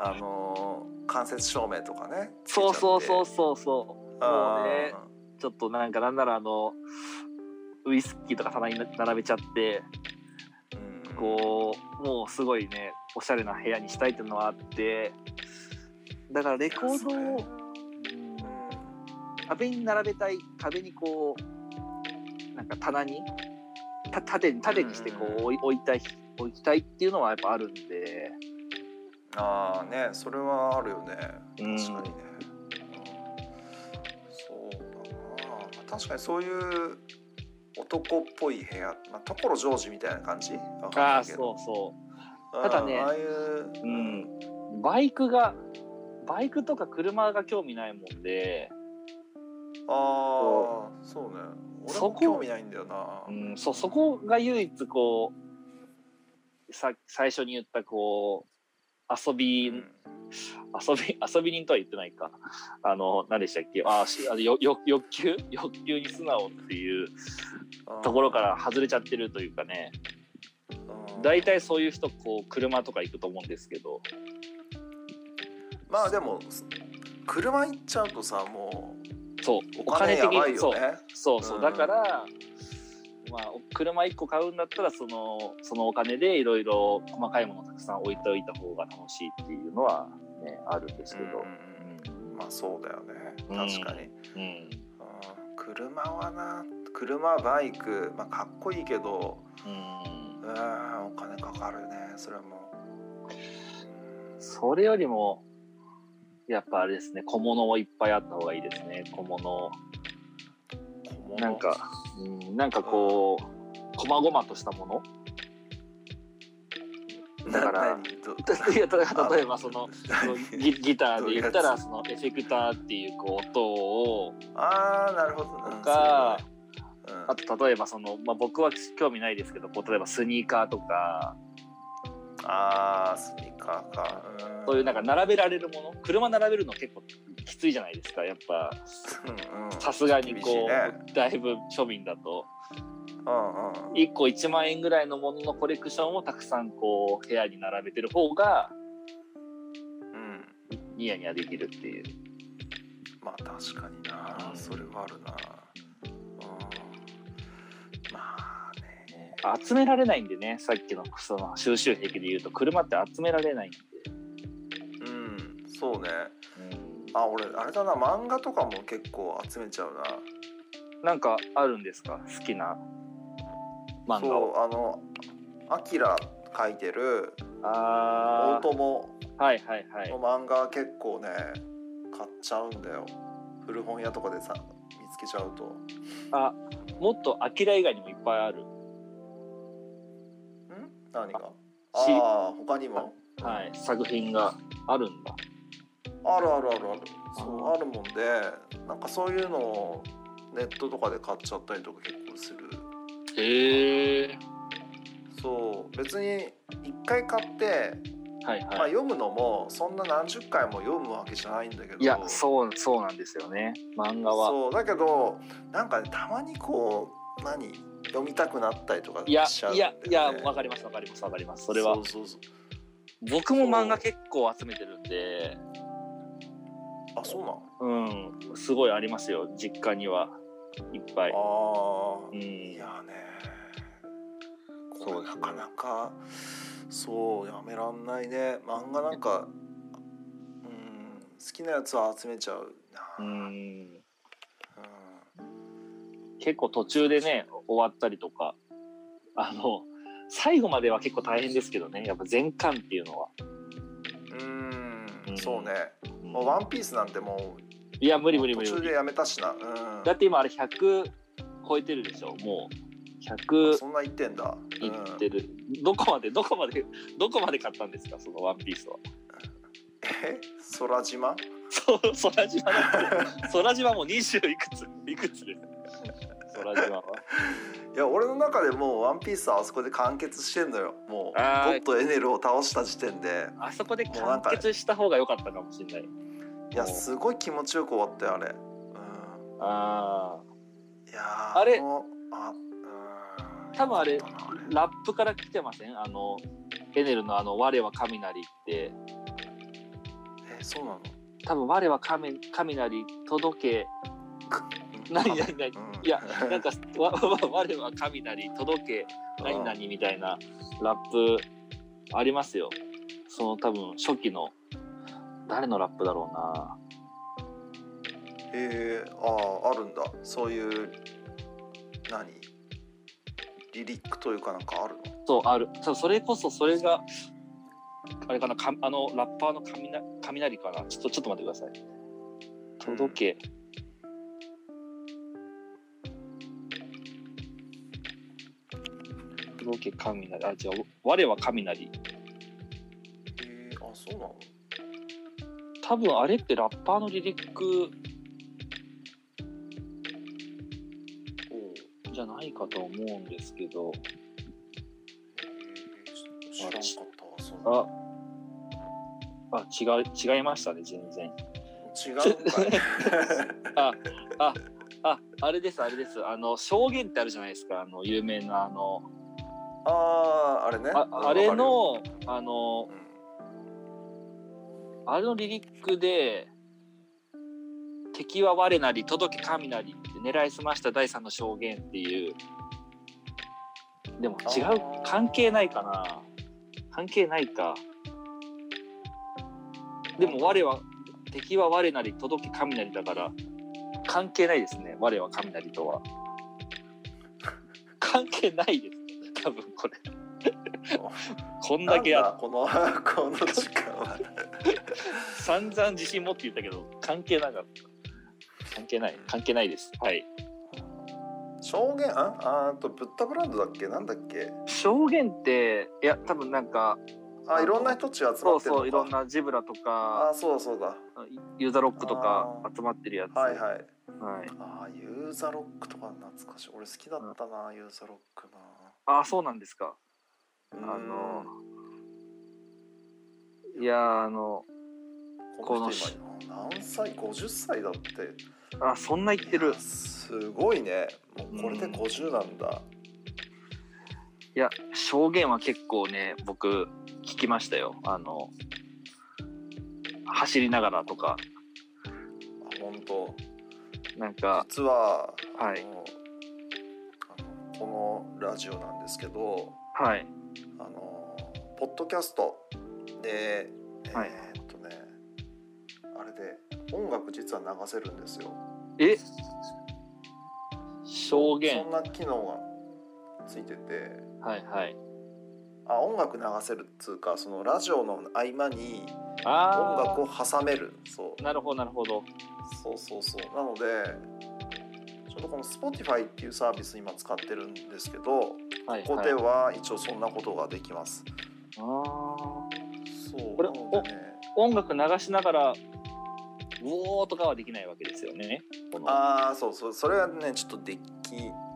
Speaker 2: あのー、間接照明とかね。
Speaker 3: そうそうそう
Speaker 2: つけち
Speaker 3: そうそう
Speaker 2: ゃって。
Speaker 3: もうねちょっとなんかなんならあのウイスキーとか棚に並べちゃって
Speaker 2: うん。
Speaker 3: こうもうすごいねおしゃれな部屋にしたいっていうのはあってだからレコード
Speaker 2: いや
Speaker 3: を
Speaker 2: そ
Speaker 3: うん
Speaker 2: うん。
Speaker 3: 壁に並べたい壁にこうなんか棚にた縦に縦にしてこ
Speaker 2: うんうんう
Speaker 3: う置い置いたい置きたいっていうのはやっぱあるんで、
Speaker 2: ああ、ね、それはあるよね。
Speaker 3: うん
Speaker 2: 確かにね。そうだな。まあ確かに、そういう。男っぽい部屋、まあ、所ジョージみたいな感じ。わかん
Speaker 3: あ
Speaker 2: な
Speaker 3: あ
Speaker 2: いけど
Speaker 3: そうそ
Speaker 2: た
Speaker 3: ただね
Speaker 2: ああいう、
Speaker 3: う、うん、バイクがバイクとか車が興味ないもんで、
Speaker 2: ああそうね俺
Speaker 3: そ
Speaker 2: も
Speaker 3: こ
Speaker 2: 興味ないんだよな
Speaker 3: うん、そそこが唯一こうさ最初に言ったこう遊び、遊び、遊び人とは言ってないか。あの、何でしたっけあしあのよよ欲求欲求に素直っていうところから外れちゃってるというかね。大体そういう人、こう、車とか行くと思うんですけど。
Speaker 2: まあでも車行っちゃうとさも
Speaker 3: そう
Speaker 2: うお金やばい
Speaker 3: そ
Speaker 2: よ
Speaker 3: う
Speaker 2: ね。
Speaker 3: そうそううんだから、まあ、車1個買うんだったらそのそのお金でいろいろ細かいものたくさん置いておいた方が楽しいっていうのは、ね、あるんですけど、
Speaker 2: うんまあそうだよね
Speaker 3: うん
Speaker 2: 確かに、
Speaker 3: うん
Speaker 2: うん車はな車バイク、まあ、かっこいいけど
Speaker 3: うん
Speaker 2: うんお金かかるねそれも
Speaker 3: それよりもやっぱあれですね小物をいっぱいあった方がいいですね小物
Speaker 2: 小物
Speaker 3: なんか、うん、なんかこう細々としたもの [laughs] だか
Speaker 2: な
Speaker 3: ら
Speaker 2: 何ど
Speaker 3: [laughs] いや例えばそのそのギギターで言った
Speaker 2: どういうや
Speaker 3: ら
Speaker 2: つ
Speaker 3: [laughs] そのエフェクターっていうこう音を
Speaker 2: [laughs] ああなるほど
Speaker 3: とか、
Speaker 2: うん
Speaker 3: あと例えばその、まあ、僕は興味ないですけどこう例えばスニーカーとか
Speaker 2: あースニーカーかん
Speaker 3: そういうなんか並べられるもの車並べるの結構きついじゃないですかやっぱ
Speaker 2: うんうん
Speaker 3: さすがに
Speaker 2: 厳しい
Speaker 3: こ
Speaker 2: ね
Speaker 3: う、だいぶ庶民だと
Speaker 2: うんうん
Speaker 3: 1個1万円ぐらいのもののコレクションをたくさんこう部屋に並べてる方が
Speaker 2: うん
Speaker 3: ニヤニヤできるっていう
Speaker 2: まあ確かになそれはあるなうんまあね
Speaker 3: 集められないんでねさっきのその収集癖で言うと車って集められないんで、
Speaker 2: うんそうねあ俺あれだな漫画とかも結構集めちゃうな
Speaker 3: なんかあるんですか好きな漫
Speaker 2: そ
Speaker 3: 画を
Speaker 2: うあのアキラ書いてる大
Speaker 3: あー
Speaker 2: 友
Speaker 3: はいはいはい
Speaker 2: の漫画は結構ね買っちゃうんだよ古本屋とかでさ見つけちゃうとん
Speaker 3: あもっとアキラ以外にもいっぱいある
Speaker 2: 何
Speaker 3: し
Speaker 2: がああ他にも
Speaker 3: はい作品があるんだ
Speaker 2: あるあるあるあるそう
Speaker 3: あー
Speaker 2: あるもんでなんかそういうのをネットとかで買っちゃったりとか結構する
Speaker 3: へえ
Speaker 2: そう別に一回買って、
Speaker 3: はい
Speaker 2: まあ、
Speaker 3: はい
Speaker 2: 読むのもそんな何十回も読むわけじゃないんだけど
Speaker 3: いやそうそうなんですよね漫画は
Speaker 2: そうだけどなんかねたまにこう何読みたくなったりとか
Speaker 3: いや
Speaker 2: しちゃう
Speaker 3: い
Speaker 2: んだ
Speaker 3: や
Speaker 2: よね
Speaker 3: いやわかりますわかりますわかりますそれは
Speaker 2: そうそうそう
Speaker 3: 僕も漫画結構集めてるんで
Speaker 2: あそうなの
Speaker 3: うんすごいありますよ実家にはいっぱい
Speaker 2: あ
Speaker 3: う
Speaker 2: あ
Speaker 3: ん
Speaker 2: いやね
Speaker 3: そ
Speaker 2: こ
Speaker 3: う
Speaker 2: れ
Speaker 3: ですね
Speaker 2: なかなかそうやめらんないね漫画なんかうん好きなやつは集めちゃう
Speaker 3: う
Speaker 2: な、うん
Speaker 3: ん結構途中でね終わったりとかあの最後までは結構大変ですけどねやっぱ全巻っていうのは、
Speaker 2: う、
Speaker 3: うんん
Speaker 2: そうね
Speaker 3: うん
Speaker 2: もう「ワンピースなんてもう
Speaker 3: いや無理無理無理
Speaker 2: 途中でやめたしな、うん、
Speaker 3: だって今あれ100超えてるでしょもう
Speaker 2: あ
Speaker 3: 100
Speaker 2: そんな言ってんだ、う
Speaker 3: い
Speaker 2: ん、
Speaker 3: ってる、どこまでどこまでどこまで買ったんですかそのワンピースは
Speaker 2: え空島
Speaker 3: そう空島だ
Speaker 2: [laughs]
Speaker 3: って空島もう20いくついくつです空島はい
Speaker 2: や俺の中でもう「ワンピースはあそこで完結してんのよもう
Speaker 3: あー
Speaker 2: ゴッドエネルを倒した時点で
Speaker 3: あそこで完結した方が良かったかもしれない
Speaker 2: いや
Speaker 3: もう
Speaker 2: すごい気持ちよく終わったよあれ、う
Speaker 3: あ
Speaker 2: ん、いやー
Speaker 3: あれ
Speaker 2: もうあうん
Speaker 3: 多分あれ
Speaker 2: よかったなあれ
Speaker 3: ーラップから来てませんあのエネルのあの「我は雷」って
Speaker 2: えそうなの
Speaker 3: 多分我は神雷届け何何何いやなんかわわ我は雷届け何
Speaker 2: [laughs]
Speaker 3: 々みたいなラップありますよその多分初期の誰のラップだろうな
Speaker 2: えー、あーあるんだそういう何リリックというかなんかあるの
Speaker 3: そうあるそうそれこそそれがあれかなかあのラッパーの雷雷かなちょっとちょっと待ってください届け届け雷あ違う我は雷
Speaker 2: えー、あそうなの
Speaker 3: 多分あれってラッパーのリリック
Speaker 2: おう
Speaker 3: じゃないかと思うんですけど
Speaker 2: えー知らんかったわそんな
Speaker 3: ああ違う違いましたね全然
Speaker 2: 違うんかい
Speaker 3: [laughs] ああああれですあれですあの証言ってあるじゃないですかあの有名なあの
Speaker 2: あーあれね
Speaker 3: ああれ
Speaker 2: わ
Speaker 3: の
Speaker 2: かるよ
Speaker 3: あの
Speaker 2: うん
Speaker 3: あれのリリックで「敵は我なり届け神なり」って狙いすました第三の証言っていうでも違う
Speaker 2: あー
Speaker 3: 関係ないかな関係ないかでも我は敵は我なり届け神なりだから関係ないですね我は神なりとは関係ないですね多分こ
Speaker 2: [laughs]
Speaker 3: れこんだけあっ
Speaker 2: なんだこの [laughs] この時間は
Speaker 3: 散々自信持って言ったけど関係なかった関係ない関係ないですはい
Speaker 2: 証言ああーとブッダブランドだっけなんだっけ
Speaker 3: 証言っていや多分なんか
Speaker 2: あいろんな人たちが集
Speaker 3: そう
Speaker 2: まってるのか
Speaker 3: そういろんなジブラとか
Speaker 2: あそうだそうだ
Speaker 3: ユーザーロックとか
Speaker 2: あー
Speaker 3: 集まってるやつ
Speaker 2: はいはい
Speaker 3: はい
Speaker 2: あーユーザロックとか懐かしい俺好きだったな、ユーザロックな
Speaker 3: ああそうなんですか
Speaker 2: あ
Speaker 3: あのいやーあの
Speaker 2: この
Speaker 3: こ
Speaker 2: 人今何歳50歳だって
Speaker 3: あそんな言って
Speaker 2: い
Speaker 3: る
Speaker 2: やすごいねもうこれで
Speaker 3: うん
Speaker 2: 50なんだ、
Speaker 3: いや証言は結構ね僕聞きましたよあの走りながらとか
Speaker 2: あ本当
Speaker 3: なんか
Speaker 2: 実は、
Speaker 3: はい
Speaker 2: あのあのこのラジオなんですけど
Speaker 3: はい
Speaker 2: あのポッドキャストで、
Speaker 3: はい
Speaker 2: えーっとねあれで音楽実は流せるんですよ
Speaker 3: え証
Speaker 2: そ
Speaker 3: 言
Speaker 2: んな機能がついてて
Speaker 3: はいはい
Speaker 2: あ音楽流せるっつうかそのラジオの合間に音
Speaker 3: あ
Speaker 2: 楽を挟めるそう
Speaker 3: あなるほどなるほど
Speaker 2: そうそうそうなのでちょっとこの Spotify っていうサービス今使ってるんですけど
Speaker 3: はい
Speaker 2: ここ
Speaker 3: は
Speaker 2: で
Speaker 3: い
Speaker 2: は一応そんなことができます、
Speaker 3: あー
Speaker 2: そう
Speaker 3: これ
Speaker 2: なのでね
Speaker 3: 音楽流しながらウォーとかはできないわけですよねこの
Speaker 2: ああそうそうそれはねちょっとでき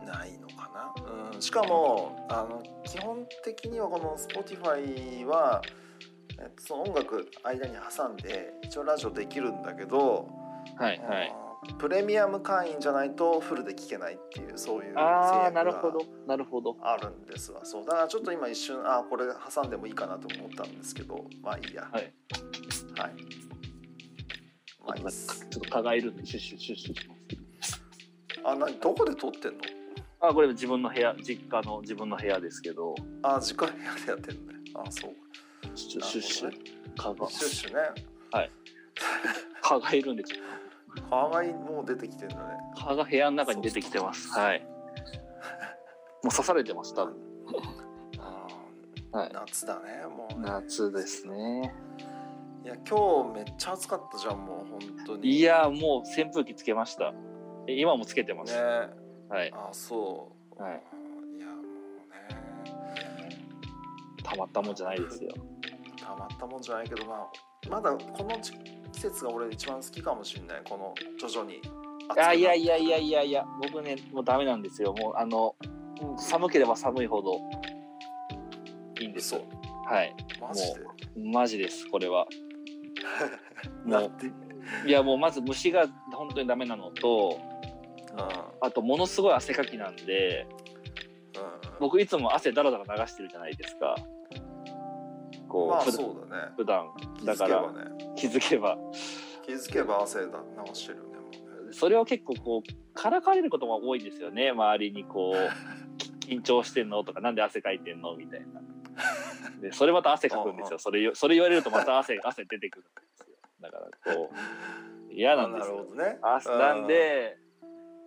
Speaker 2: ないのかな、うん、しかもあの基本的にはこの Spotify はえっとその音楽間に挟んで一応ラジオできるんだけど、
Speaker 3: はいはい
Speaker 2: あのプレミアム会員じゃないとフルで聴けないっていうそういう制約
Speaker 3: ああ
Speaker 2: が
Speaker 3: なるほどなるほど
Speaker 2: あるんですわそうだからちょっと今一瞬あーこれ挟んでもいいかなと思ったんですけどまあいいや
Speaker 3: はい、
Speaker 2: はい、まあいいっす
Speaker 3: ちょっと蚊がいるんでシュッシュッシュッシュッします
Speaker 2: あなどこで撮ってんの
Speaker 3: あこれ自分の部屋実家の自分の部屋ですけど
Speaker 2: あー自家部屋でやってんだよあーそう
Speaker 3: シュッシュッシュ
Speaker 2: な
Speaker 3: ッ
Speaker 2: る
Speaker 3: 蚊が
Speaker 2: シュッシュね
Speaker 3: 蚊がいるんでちょっ
Speaker 2: かわいいもう出てきてんだね
Speaker 3: と蚊が部屋の中に出てきてますはいもう刺されてます多分
Speaker 2: あー
Speaker 3: はい
Speaker 2: 夏だねもうね
Speaker 3: 夏ですね
Speaker 2: いや今日めっちゃ暑かったじゃんもう本当に
Speaker 3: いやーもう扇風機つけましたえ今もつけてま
Speaker 2: ね
Speaker 3: す、はい
Speaker 2: あーそう、
Speaker 3: はい
Speaker 2: い、いやもうね
Speaker 3: たまったもんじゃないですよ
Speaker 2: たまったもんじゃないけどまあまだこの時季節が俺一番好きかもしれないこの徐々に
Speaker 3: あいやいやいやいやいや僕ねもうダメなんですよもうあの寒ければ寒いほどいいんです
Speaker 2: そう
Speaker 3: よはい
Speaker 2: マジで
Speaker 3: マジですこれは
Speaker 2: な
Speaker 3: も
Speaker 2: ってうん
Speaker 3: ういやもうまず虫が本当にダメなのとあとものすごい汗かきなんで
Speaker 2: うん
Speaker 3: 僕いつも汗だらだら流してるじゃないですかこう、
Speaker 2: まあ
Speaker 3: ふ
Speaker 2: そうだね
Speaker 3: 普段
Speaker 2: 気
Speaker 3: だ
Speaker 2: づ
Speaker 3: か
Speaker 2: けば
Speaker 3: ら
Speaker 2: ね
Speaker 3: 気づけば
Speaker 2: 気づけば汗だ流してるねもうね
Speaker 3: それを結構こうからかわれることも多いですよね周りにこうき [laughs] 緊張してんのとかなんで汗かいてんのみたいなでそれまた汗かくんです
Speaker 2: ああ
Speaker 3: [laughs] よそれよそれ言われるとまた汗汗出てくるんですよだからこう嫌なんで
Speaker 2: あ
Speaker 3: す
Speaker 2: る
Speaker 3: よ
Speaker 2: ほどね
Speaker 3: あなんで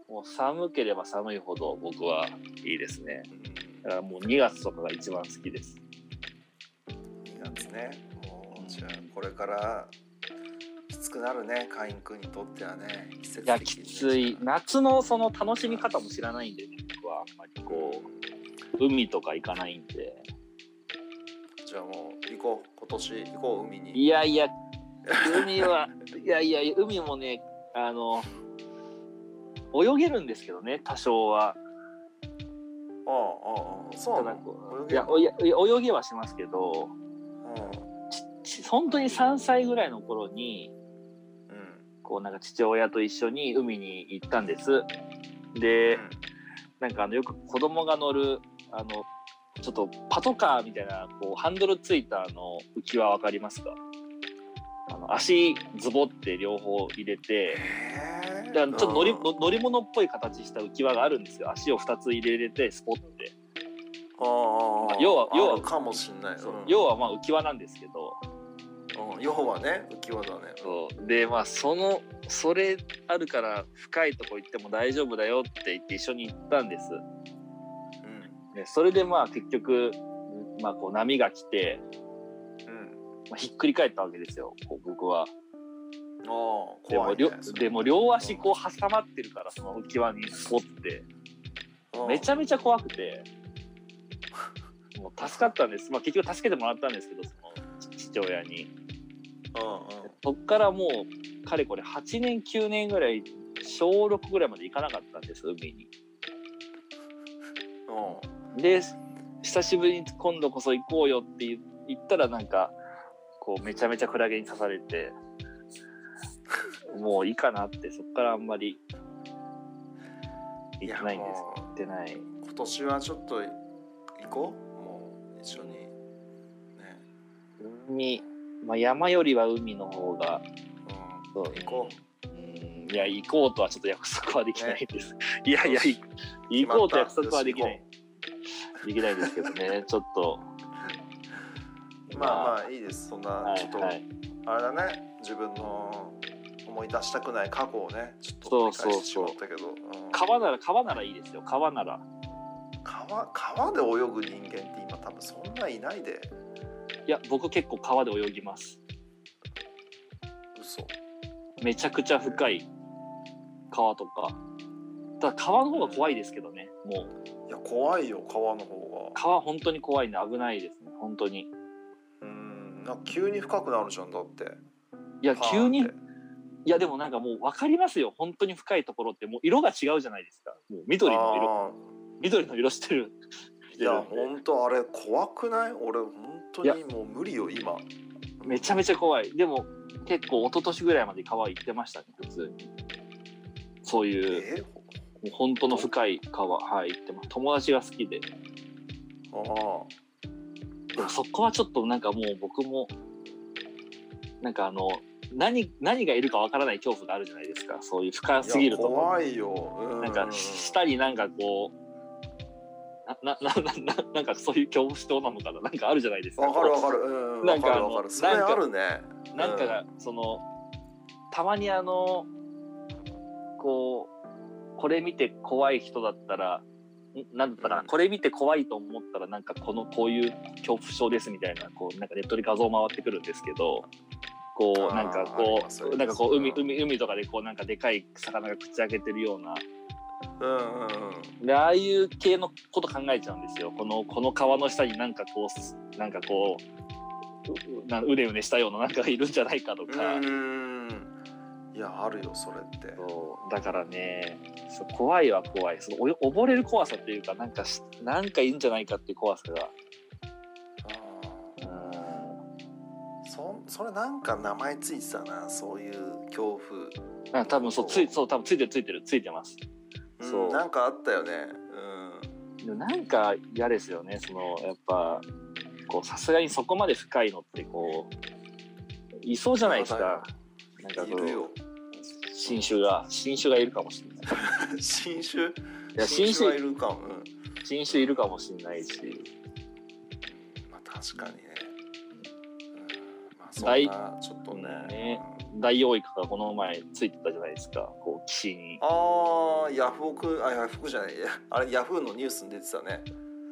Speaker 3: もう寒ければ寒いほど僕はいいですね
Speaker 2: うん
Speaker 3: だからもう2月とかが一番好きです
Speaker 2: 2月ねもうじゃあこれからきつくなるね会員君にとってはね季節
Speaker 3: いや
Speaker 2: 的に
Speaker 3: き
Speaker 2: ね
Speaker 3: つい夏のその楽しみ方も知らないんでね僕はあんまりこう海とか行かないんで
Speaker 2: じゃあもう行こう今年行こう海に
Speaker 3: いやいや、海は、いやいや、海もね、あの、泳げるんですけどね、多少は。
Speaker 2: ああああああそう
Speaker 3: た
Speaker 2: な
Speaker 3: だ
Speaker 2: の
Speaker 3: こ
Speaker 2: 泳
Speaker 3: うい
Speaker 2: げる
Speaker 3: やおやいや泳げはしますけど、
Speaker 2: う
Speaker 3: ちち本当に3歳ぐらいの頃に
Speaker 2: うん
Speaker 3: こうなんか父親と一緒に海に行ったんですでなんかあのよく子供が乗るあのちょっとパトカーみたいなこうハンドルついたあの浮き輪わかりますかあの足ズボって両方入れて
Speaker 2: へー
Speaker 3: だからちょっと乗り,、
Speaker 2: うん
Speaker 3: 乗り物っぽい形した浮き輪があるんですよ足を2つ入れれてスポッて、
Speaker 2: あーあー
Speaker 3: 要は要は
Speaker 2: あるかもしんない
Speaker 3: そう
Speaker 2: うん
Speaker 3: 要はまあ浮き輪なんですけど、
Speaker 2: うん要はね浮き輪だね
Speaker 3: そうでまあそのそれあるから深いとこ行っても大丈夫だよって言って一緒に行ったんです
Speaker 2: うん
Speaker 3: でそれでまあ結局、まあ、こう波が来て、
Speaker 2: うん
Speaker 3: まあ、ひっくり返ったわけですよこう僕は
Speaker 2: あー
Speaker 3: でも
Speaker 2: 怖いね
Speaker 3: 両
Speaker 2: それ
Speaker 3: でも両足こう挟まってるからその浮き輪にスポって
Speaker 2: うん
Speaker 3: めちゃめちゃ怖くてもう助かったんです、まあ、結局助けてもらったんですけどその父親に
Speaker 2: うんうん
Speaker 3: そっからもうかれこれ8年9年ぐらい小6ぐらいまで行かなかったんです海に
Speaker 2: うん
Speaker 3: で久しぶりに今度こそ行こうよって言言ったらなんかこうめちゃめちゃクラゲに刺されてもういいかなってそっからあんまり行ってないんです
Speaker 2: いやもう
Speaker 3: 行ってない
Speaker 2: 今年はちょっと行こうもう一緒にね
Speaker 3: 海、まあ、山よりは海の方が
Speaker 2: うん
Speaker 3: そう
Speaker 2: 行こう
Speaker 3: うんいや行こうとはちょっと約束はできないです、いやいやい行
Speaker 2: まった
Speaker 3: こうと約束はできな
Speaker 2: よ
Speaker 3: いできないですけどねちょっ
Speaker 2: [laughs]
Speaker 3: と
Speaker 2: まあまあいいですそんな
Speaker 3: は
Speaker 2: ちょっ
Speaker 3: い
Speaker 2: と
Speaker 3: はい
Speaker 2: あれだね自分の思い出したくない過去をねちょっと
Speaker 3: そう
Speaker 2: 繰
Speaker 3: そ
Speaker 2: り返し
Speaker 3: う
Speaker 2: てしま
Speaker 3: そう
Speaker 2: ったけどうん
Speaker 3: 川なら川ならいいですよ川なら
Speaker 2: 川川で泳ぐ人間って今多分そんないないで
Speaker 3: いや僕結構川で泳ぎます
Speaker 2: 嘘
Speaker 3: めちゃくちゃ深い川とかただ川の方が怖いですけどねもう
Speaker 2: いや怖いよ川の方が
Speaker 3: 川本当に怖いんで危ないですね本当に
Speaker 2: うんなんか急に深くなるじゃんだって
Speaker 3: いや
Speaker 2: パーンって
Speaker 3: 急にいやでもなんかもう分かりますよ本当に深いところってもう色が違うじゃないですかもう緑の色
Speaker 2: あ
Speaker 3: 緑の色してる
Speaker 2: ーいや本当あれ怖くない俺本当
Speaker 3: い
Speaker 2: にもう無理よ今
Speaker 3: めちゃめちゃ怖いでも結構一昨年ぐらいまで川行ってましたね普通にそういう
Speaker 2: え
Speaker 3: もう本当の深い川はい行ってます友達が好きで
Speaker 2: ああ
Speaker 3: でもそこはちょっとなんかもう僕もなんかあの何何がいるかわからない恐怖があるじゃないですかそういう深すぎる
Speaker 2: いや
Speaker 3: と
Speaker 2: 怖いよ、う
Speaker 3: なんか下になんかこうななななななんかそういう恐怖症なのかななんかあるじゃないですか
Speaker 2: わかるわかるうんうん
Speaker 3: な
Speaker 2: わ
Speaker 3: ん
Speaker 2: か
Speaker 3: かあ
Speaker 2: る
Speaker 3: の
Speaker 2: わかるそれ
Speaker 3: なんか
Speaker 2: あるね
Speaker 3: なんかがそのたまにあのこうこれ見て怖い人だったらんなんだったら、
Speaker 2: うん
Speaker 3: これ見て怖いと思ったらなんかこのこういう恐怖症ですみたいなこうなんかネットに画像回ってくるんですけどこ
Speaker 2: あー
Speaker 3: うなんか
Speaker 2: あり
Speaker 3: こ
Speaker 2: ますありま
Speaker 3: う
Speaker 2: す
Speaker 3: なんかこう海
Speaker 2: うん
Speaker 3: 海海とかでこうなんかでかい魚が口開けてるような
Speaker 2: うんうんうん
Speaker 3: でああいう系のこと考えちゃうんですよこのこの川の下になんかこうなんかこうううなうねうねしたようななんかがいるんじゃないかと
Speaker 2: う
Speaker 3: か。
Speaker 2: ーんいやあるよそれって
Speaker 3: そうだからねそう怖いは怖いそのおよ溺れる怖さっていうかなんかしなんかいいんじゃないかっていう怖さが
Speaker 2: あ
Speaker 3: うー
Speaker 2: ーそそれなんか名前ついてたなそういう恐怖
Speaker 3: んなんか多分そうついそう多分ついてるついてるついてます
Speaker 2: うん
Speaker 3: そう
Speaker 2: なんかあったよね
Speaker 3: でもなんか嫌ですよねそのやっぱこうさすがにそこまで深いのってこういそうじゃないですかなん
Speaker 2: う
Speaker 3: か
Speaker 2: んい
Speaker 3: こ
Speaker 2: る
Speaker 3: う
Speaker 2: よ [laughs]
Speaker 3: 新種が新種がいるかもしれない
Speaker 2: 新種
Speaker 3: い
Speaker 2: [laughs]
Speaker 3: や
Speaker 2: 新
Speaker 3: 新
Speaker 2: 種はい
Speaker 3: 種
Speaker 2: るかも、うん
Speaker 3: 新種いるかもしれないし
Speaker 2: まあ、確かにね、うんまあ、そん
Speaker 3: 大
Speaker 2: なちょっとね
Speaker 3: ね
Speaker 2: うん
Speaker 3: ダイオウイカがこの前ついてたじゃないですかこう岸に
Speaker 2: あーヤフオクあヤフオクじゃないいやあれヤフーのニュースに出てたね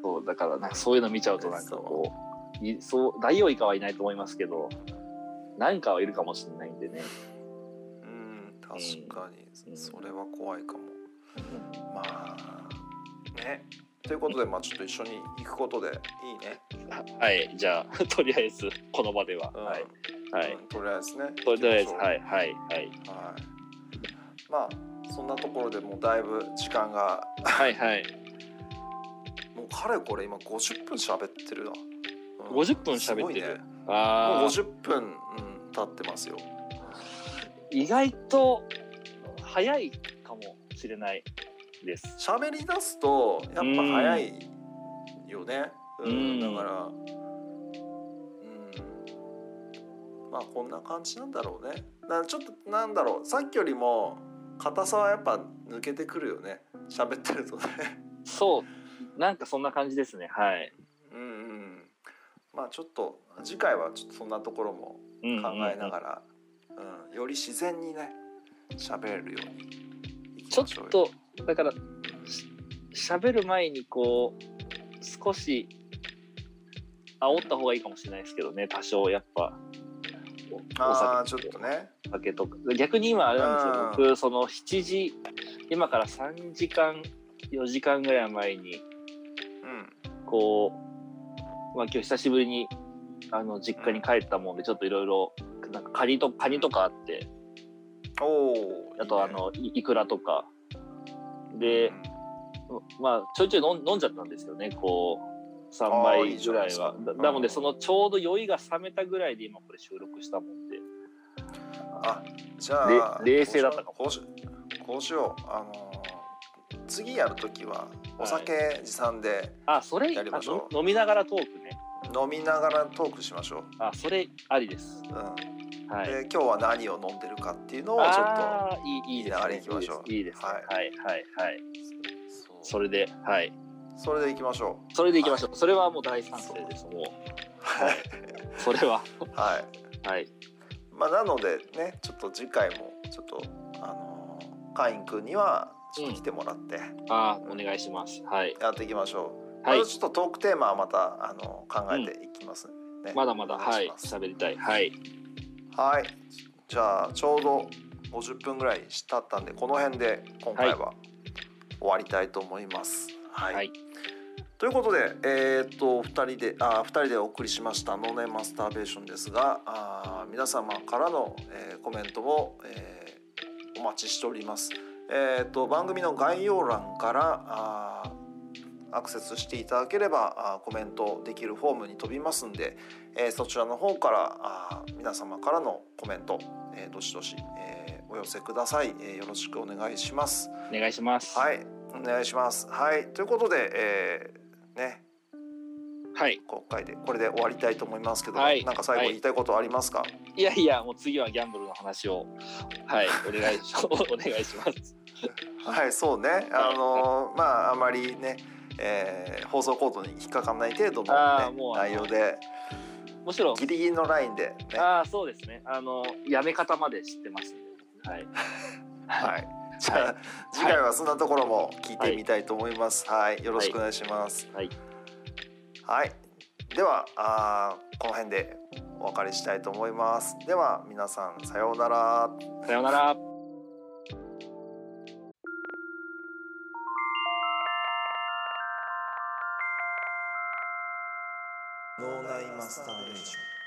Speaker 3: そうだからなんかそういうの見ちゃうとなんかこういそうダイオウイカはいないと思いますけど何かはいるかもしれないんでね、
Speaker 2: うん確かに、
Speaker 3: うん
Speaker 2: それは怖いかもまあねということでまあちょっと一緒に行くことでいいね、
Speaker 3: ははいじゃあ [laughs] とりあえずこの場では、
Speaker 2: うん
Speaker 3: はいはい
Speaker 2: うんとりあえずね
Speaker 3: とりあえず
Speaker 2: 行きましょう
Speaker 3: はいはいはい
Speaker 2: はいまあそんなところでもうだいぶ時間が
Speaker 3: はいはい [laughs]
Speaker 2: もうかれこれ今50分喋ってるな、うん
Speaker 3: 50分喋ってる
Speaker 2: すごいねもう
Speaker 3: あー
Speaker 2: 50分、うん、経ってますよ。
Speaker 3: 意外と早いかもしれないです。
Speaker 2: 喋り出すとやっぱ早いよね。う、
Speaker 3: うんん
Speaker 2: だから、うん、まあこんな感じなんだろうね。なちょっとなんだろうさっきよりも硬さはやっぱ抜けてくるよね。喋ってるとね。 [laughs]
Speaker 3: そう、なんかそんな感じですね。はい。
Speaker 2: うんうん。まあちょっと次回はちょっとそんなところも
Speaker 3: うんうん
Speaker 2: 考えながら、うんより自然にね喋るようにいき
Speaker 3: ちょ
Speaker 2: ましょ
Speaker 3: っ
Speaker 2: うよ。
Speaker 3: とだからし喋る前にこう少し煽った方がいいかもしれないですけどね多少やっぱおお
Speaker 2: ああ
Speaker 3: 酒
Speaker 2: ちょっとね。
Speaker 3: お酒とか逆に今あれなんです
Speaker 2: う
Speaker 3: よ僕その7時今から3時間4時間ぐらい前に
Speaker 2: うん。
Speaker 3: こう、まあ、今日久しぶりにあの実家に帰ったもんでちょっといろいろなんかカニとカニとかあって
Speaker 2: おお。
Speaker 3: あとあ
Speaker 2: い
Speaker 3: のいいくらとか
Speaker 2: いね。
Speaker 3: で
Speaker 2: うん
Speaker 3: まあ、ちょいちょい飲ん飲んじゃったんですよね、こう、3
Speaker 2: あーい
Speaker 3: 杯
Speaker 2: いじゃ
Speaker 3: ぐ
Speaker 2: な
Speaker 3: ら
Speaker 2: いで
Speaker 3: い
Speaker 2: すか
Speaker 3: は。
Speaker 2: う
Speaker 3: なんなので、そのちょうど酔いが冷めたぐらいで今これ収録したもんで。
Speaker 2: あじゃあ
Speaker 3: れ冷静だったかも
Speaker 2: こうしこうしようあのー次やるときはお酒持参で
Speaker 3: あ、それ、
Speaker 2: やりま
Speaker 3: あ
Speaker 2: しょう
Speaker 3: の飲みながらトークね。
Speaker 2: 飲みながらトークしましょう、
Speaker 3: あ、それありです。
Speaker 2: う
Speaker 3: は
Speaker 2: ん、
Speaker 3: い。
Speaker 2: で今日は何を飲んでるかっていうのをちょっと
Speaker 3: ああ、いい、いいです
Speaker 2: 流れ
Speaker 3: ね。
Speaker 2: 行きましょう
Speaker 3: いいですね。
Speaker 2: はい
Speaker 3: はい、はい、はい。そ
Speaker 2: そ
Speaker 3: れで、はい。
Speaker 2: それでいきましょ
Speaker 3: それでいきましょう。それはもう大賛成です。も
Speaker 2: うはい、
Speaker 3: う、それは。
Speaker 2: はい
Speaker 3: はい。
Speaker 2: まあ、なのでねちょっと次回もちょっとあのーカイン君にはちょっと来てもらって
Speaker 3: あーお願いします。はい。
Speaker 2: やっていきましょう、
Speaker 3: はい
Speaker 2: また。ちょっとトークテーマはまたあの考えていきます、ね
Speaker 3: まだまだ、
Speaker 2: お願
Speaker 3: はいい。
Speaker 2: します
Speaker 3: 喋りたい。はい。
Speaker 2: はい。じゃあちょうど50分ぐらい経ったんでこの辺で今回は終わりたいと思います。はい。
Speaker 3: はい
Speaker 2: ということで、えーっと2人であ2人でお送りしました「ノーネンマスターベーション」ですがあー皆様からの、えーコメントも、えーお待ちしております。えーっと番組の概要欄からあーアクセスしていただければあーコメントできるフォームに飛びますんで、えーそちらの方からあー皆様からのコメント、えーどしどし、えーお寄せください、えーよろしくお願いします。
Speaker 3: お願いします。
Speaker 2: はいお願いします。はいということで、えーね
Speaker 3: はい。
Speaker 2: 今回でこれで終わりたいと思いますけど、
Speaker 3: はい
Speaker 2: なんか最後
Speaker 3: はい
Speaker 2: 言いたいことありますか、
Speaker 3: いやいや、もう次はギャンブルの話を、はい、お願いしお願いします。
Speaker 2: はい、そうね。あのーまああまりね、えー放送コードに引っかかんない程度
Speaker 3: あ
Speaker 2: の、
Speaker 3: ー
Speaker 2: ね
Speaker 3: も、うあの
Speaker 2: 内容で
Speaker 3: むしろ、
Speaker 2: ギリギリのラインでね、は
Speaker 3: ああ、そうですね。あの、やめ方まで知ってますんで。はい。
Speaker 2: い。じゃあ、
Speaker 3: はい
Speaker 2: 次回はそんなところも聞いてみたいと思います。はい、よろしくお願いします。
Speaker 3: はい。
Speaker 2: はい。ではあーこの辺でお別れしたいと思います。では皆さんさようなら。
Speaker 3: さようなら。
Speaker 2: 脳内マスターベーション。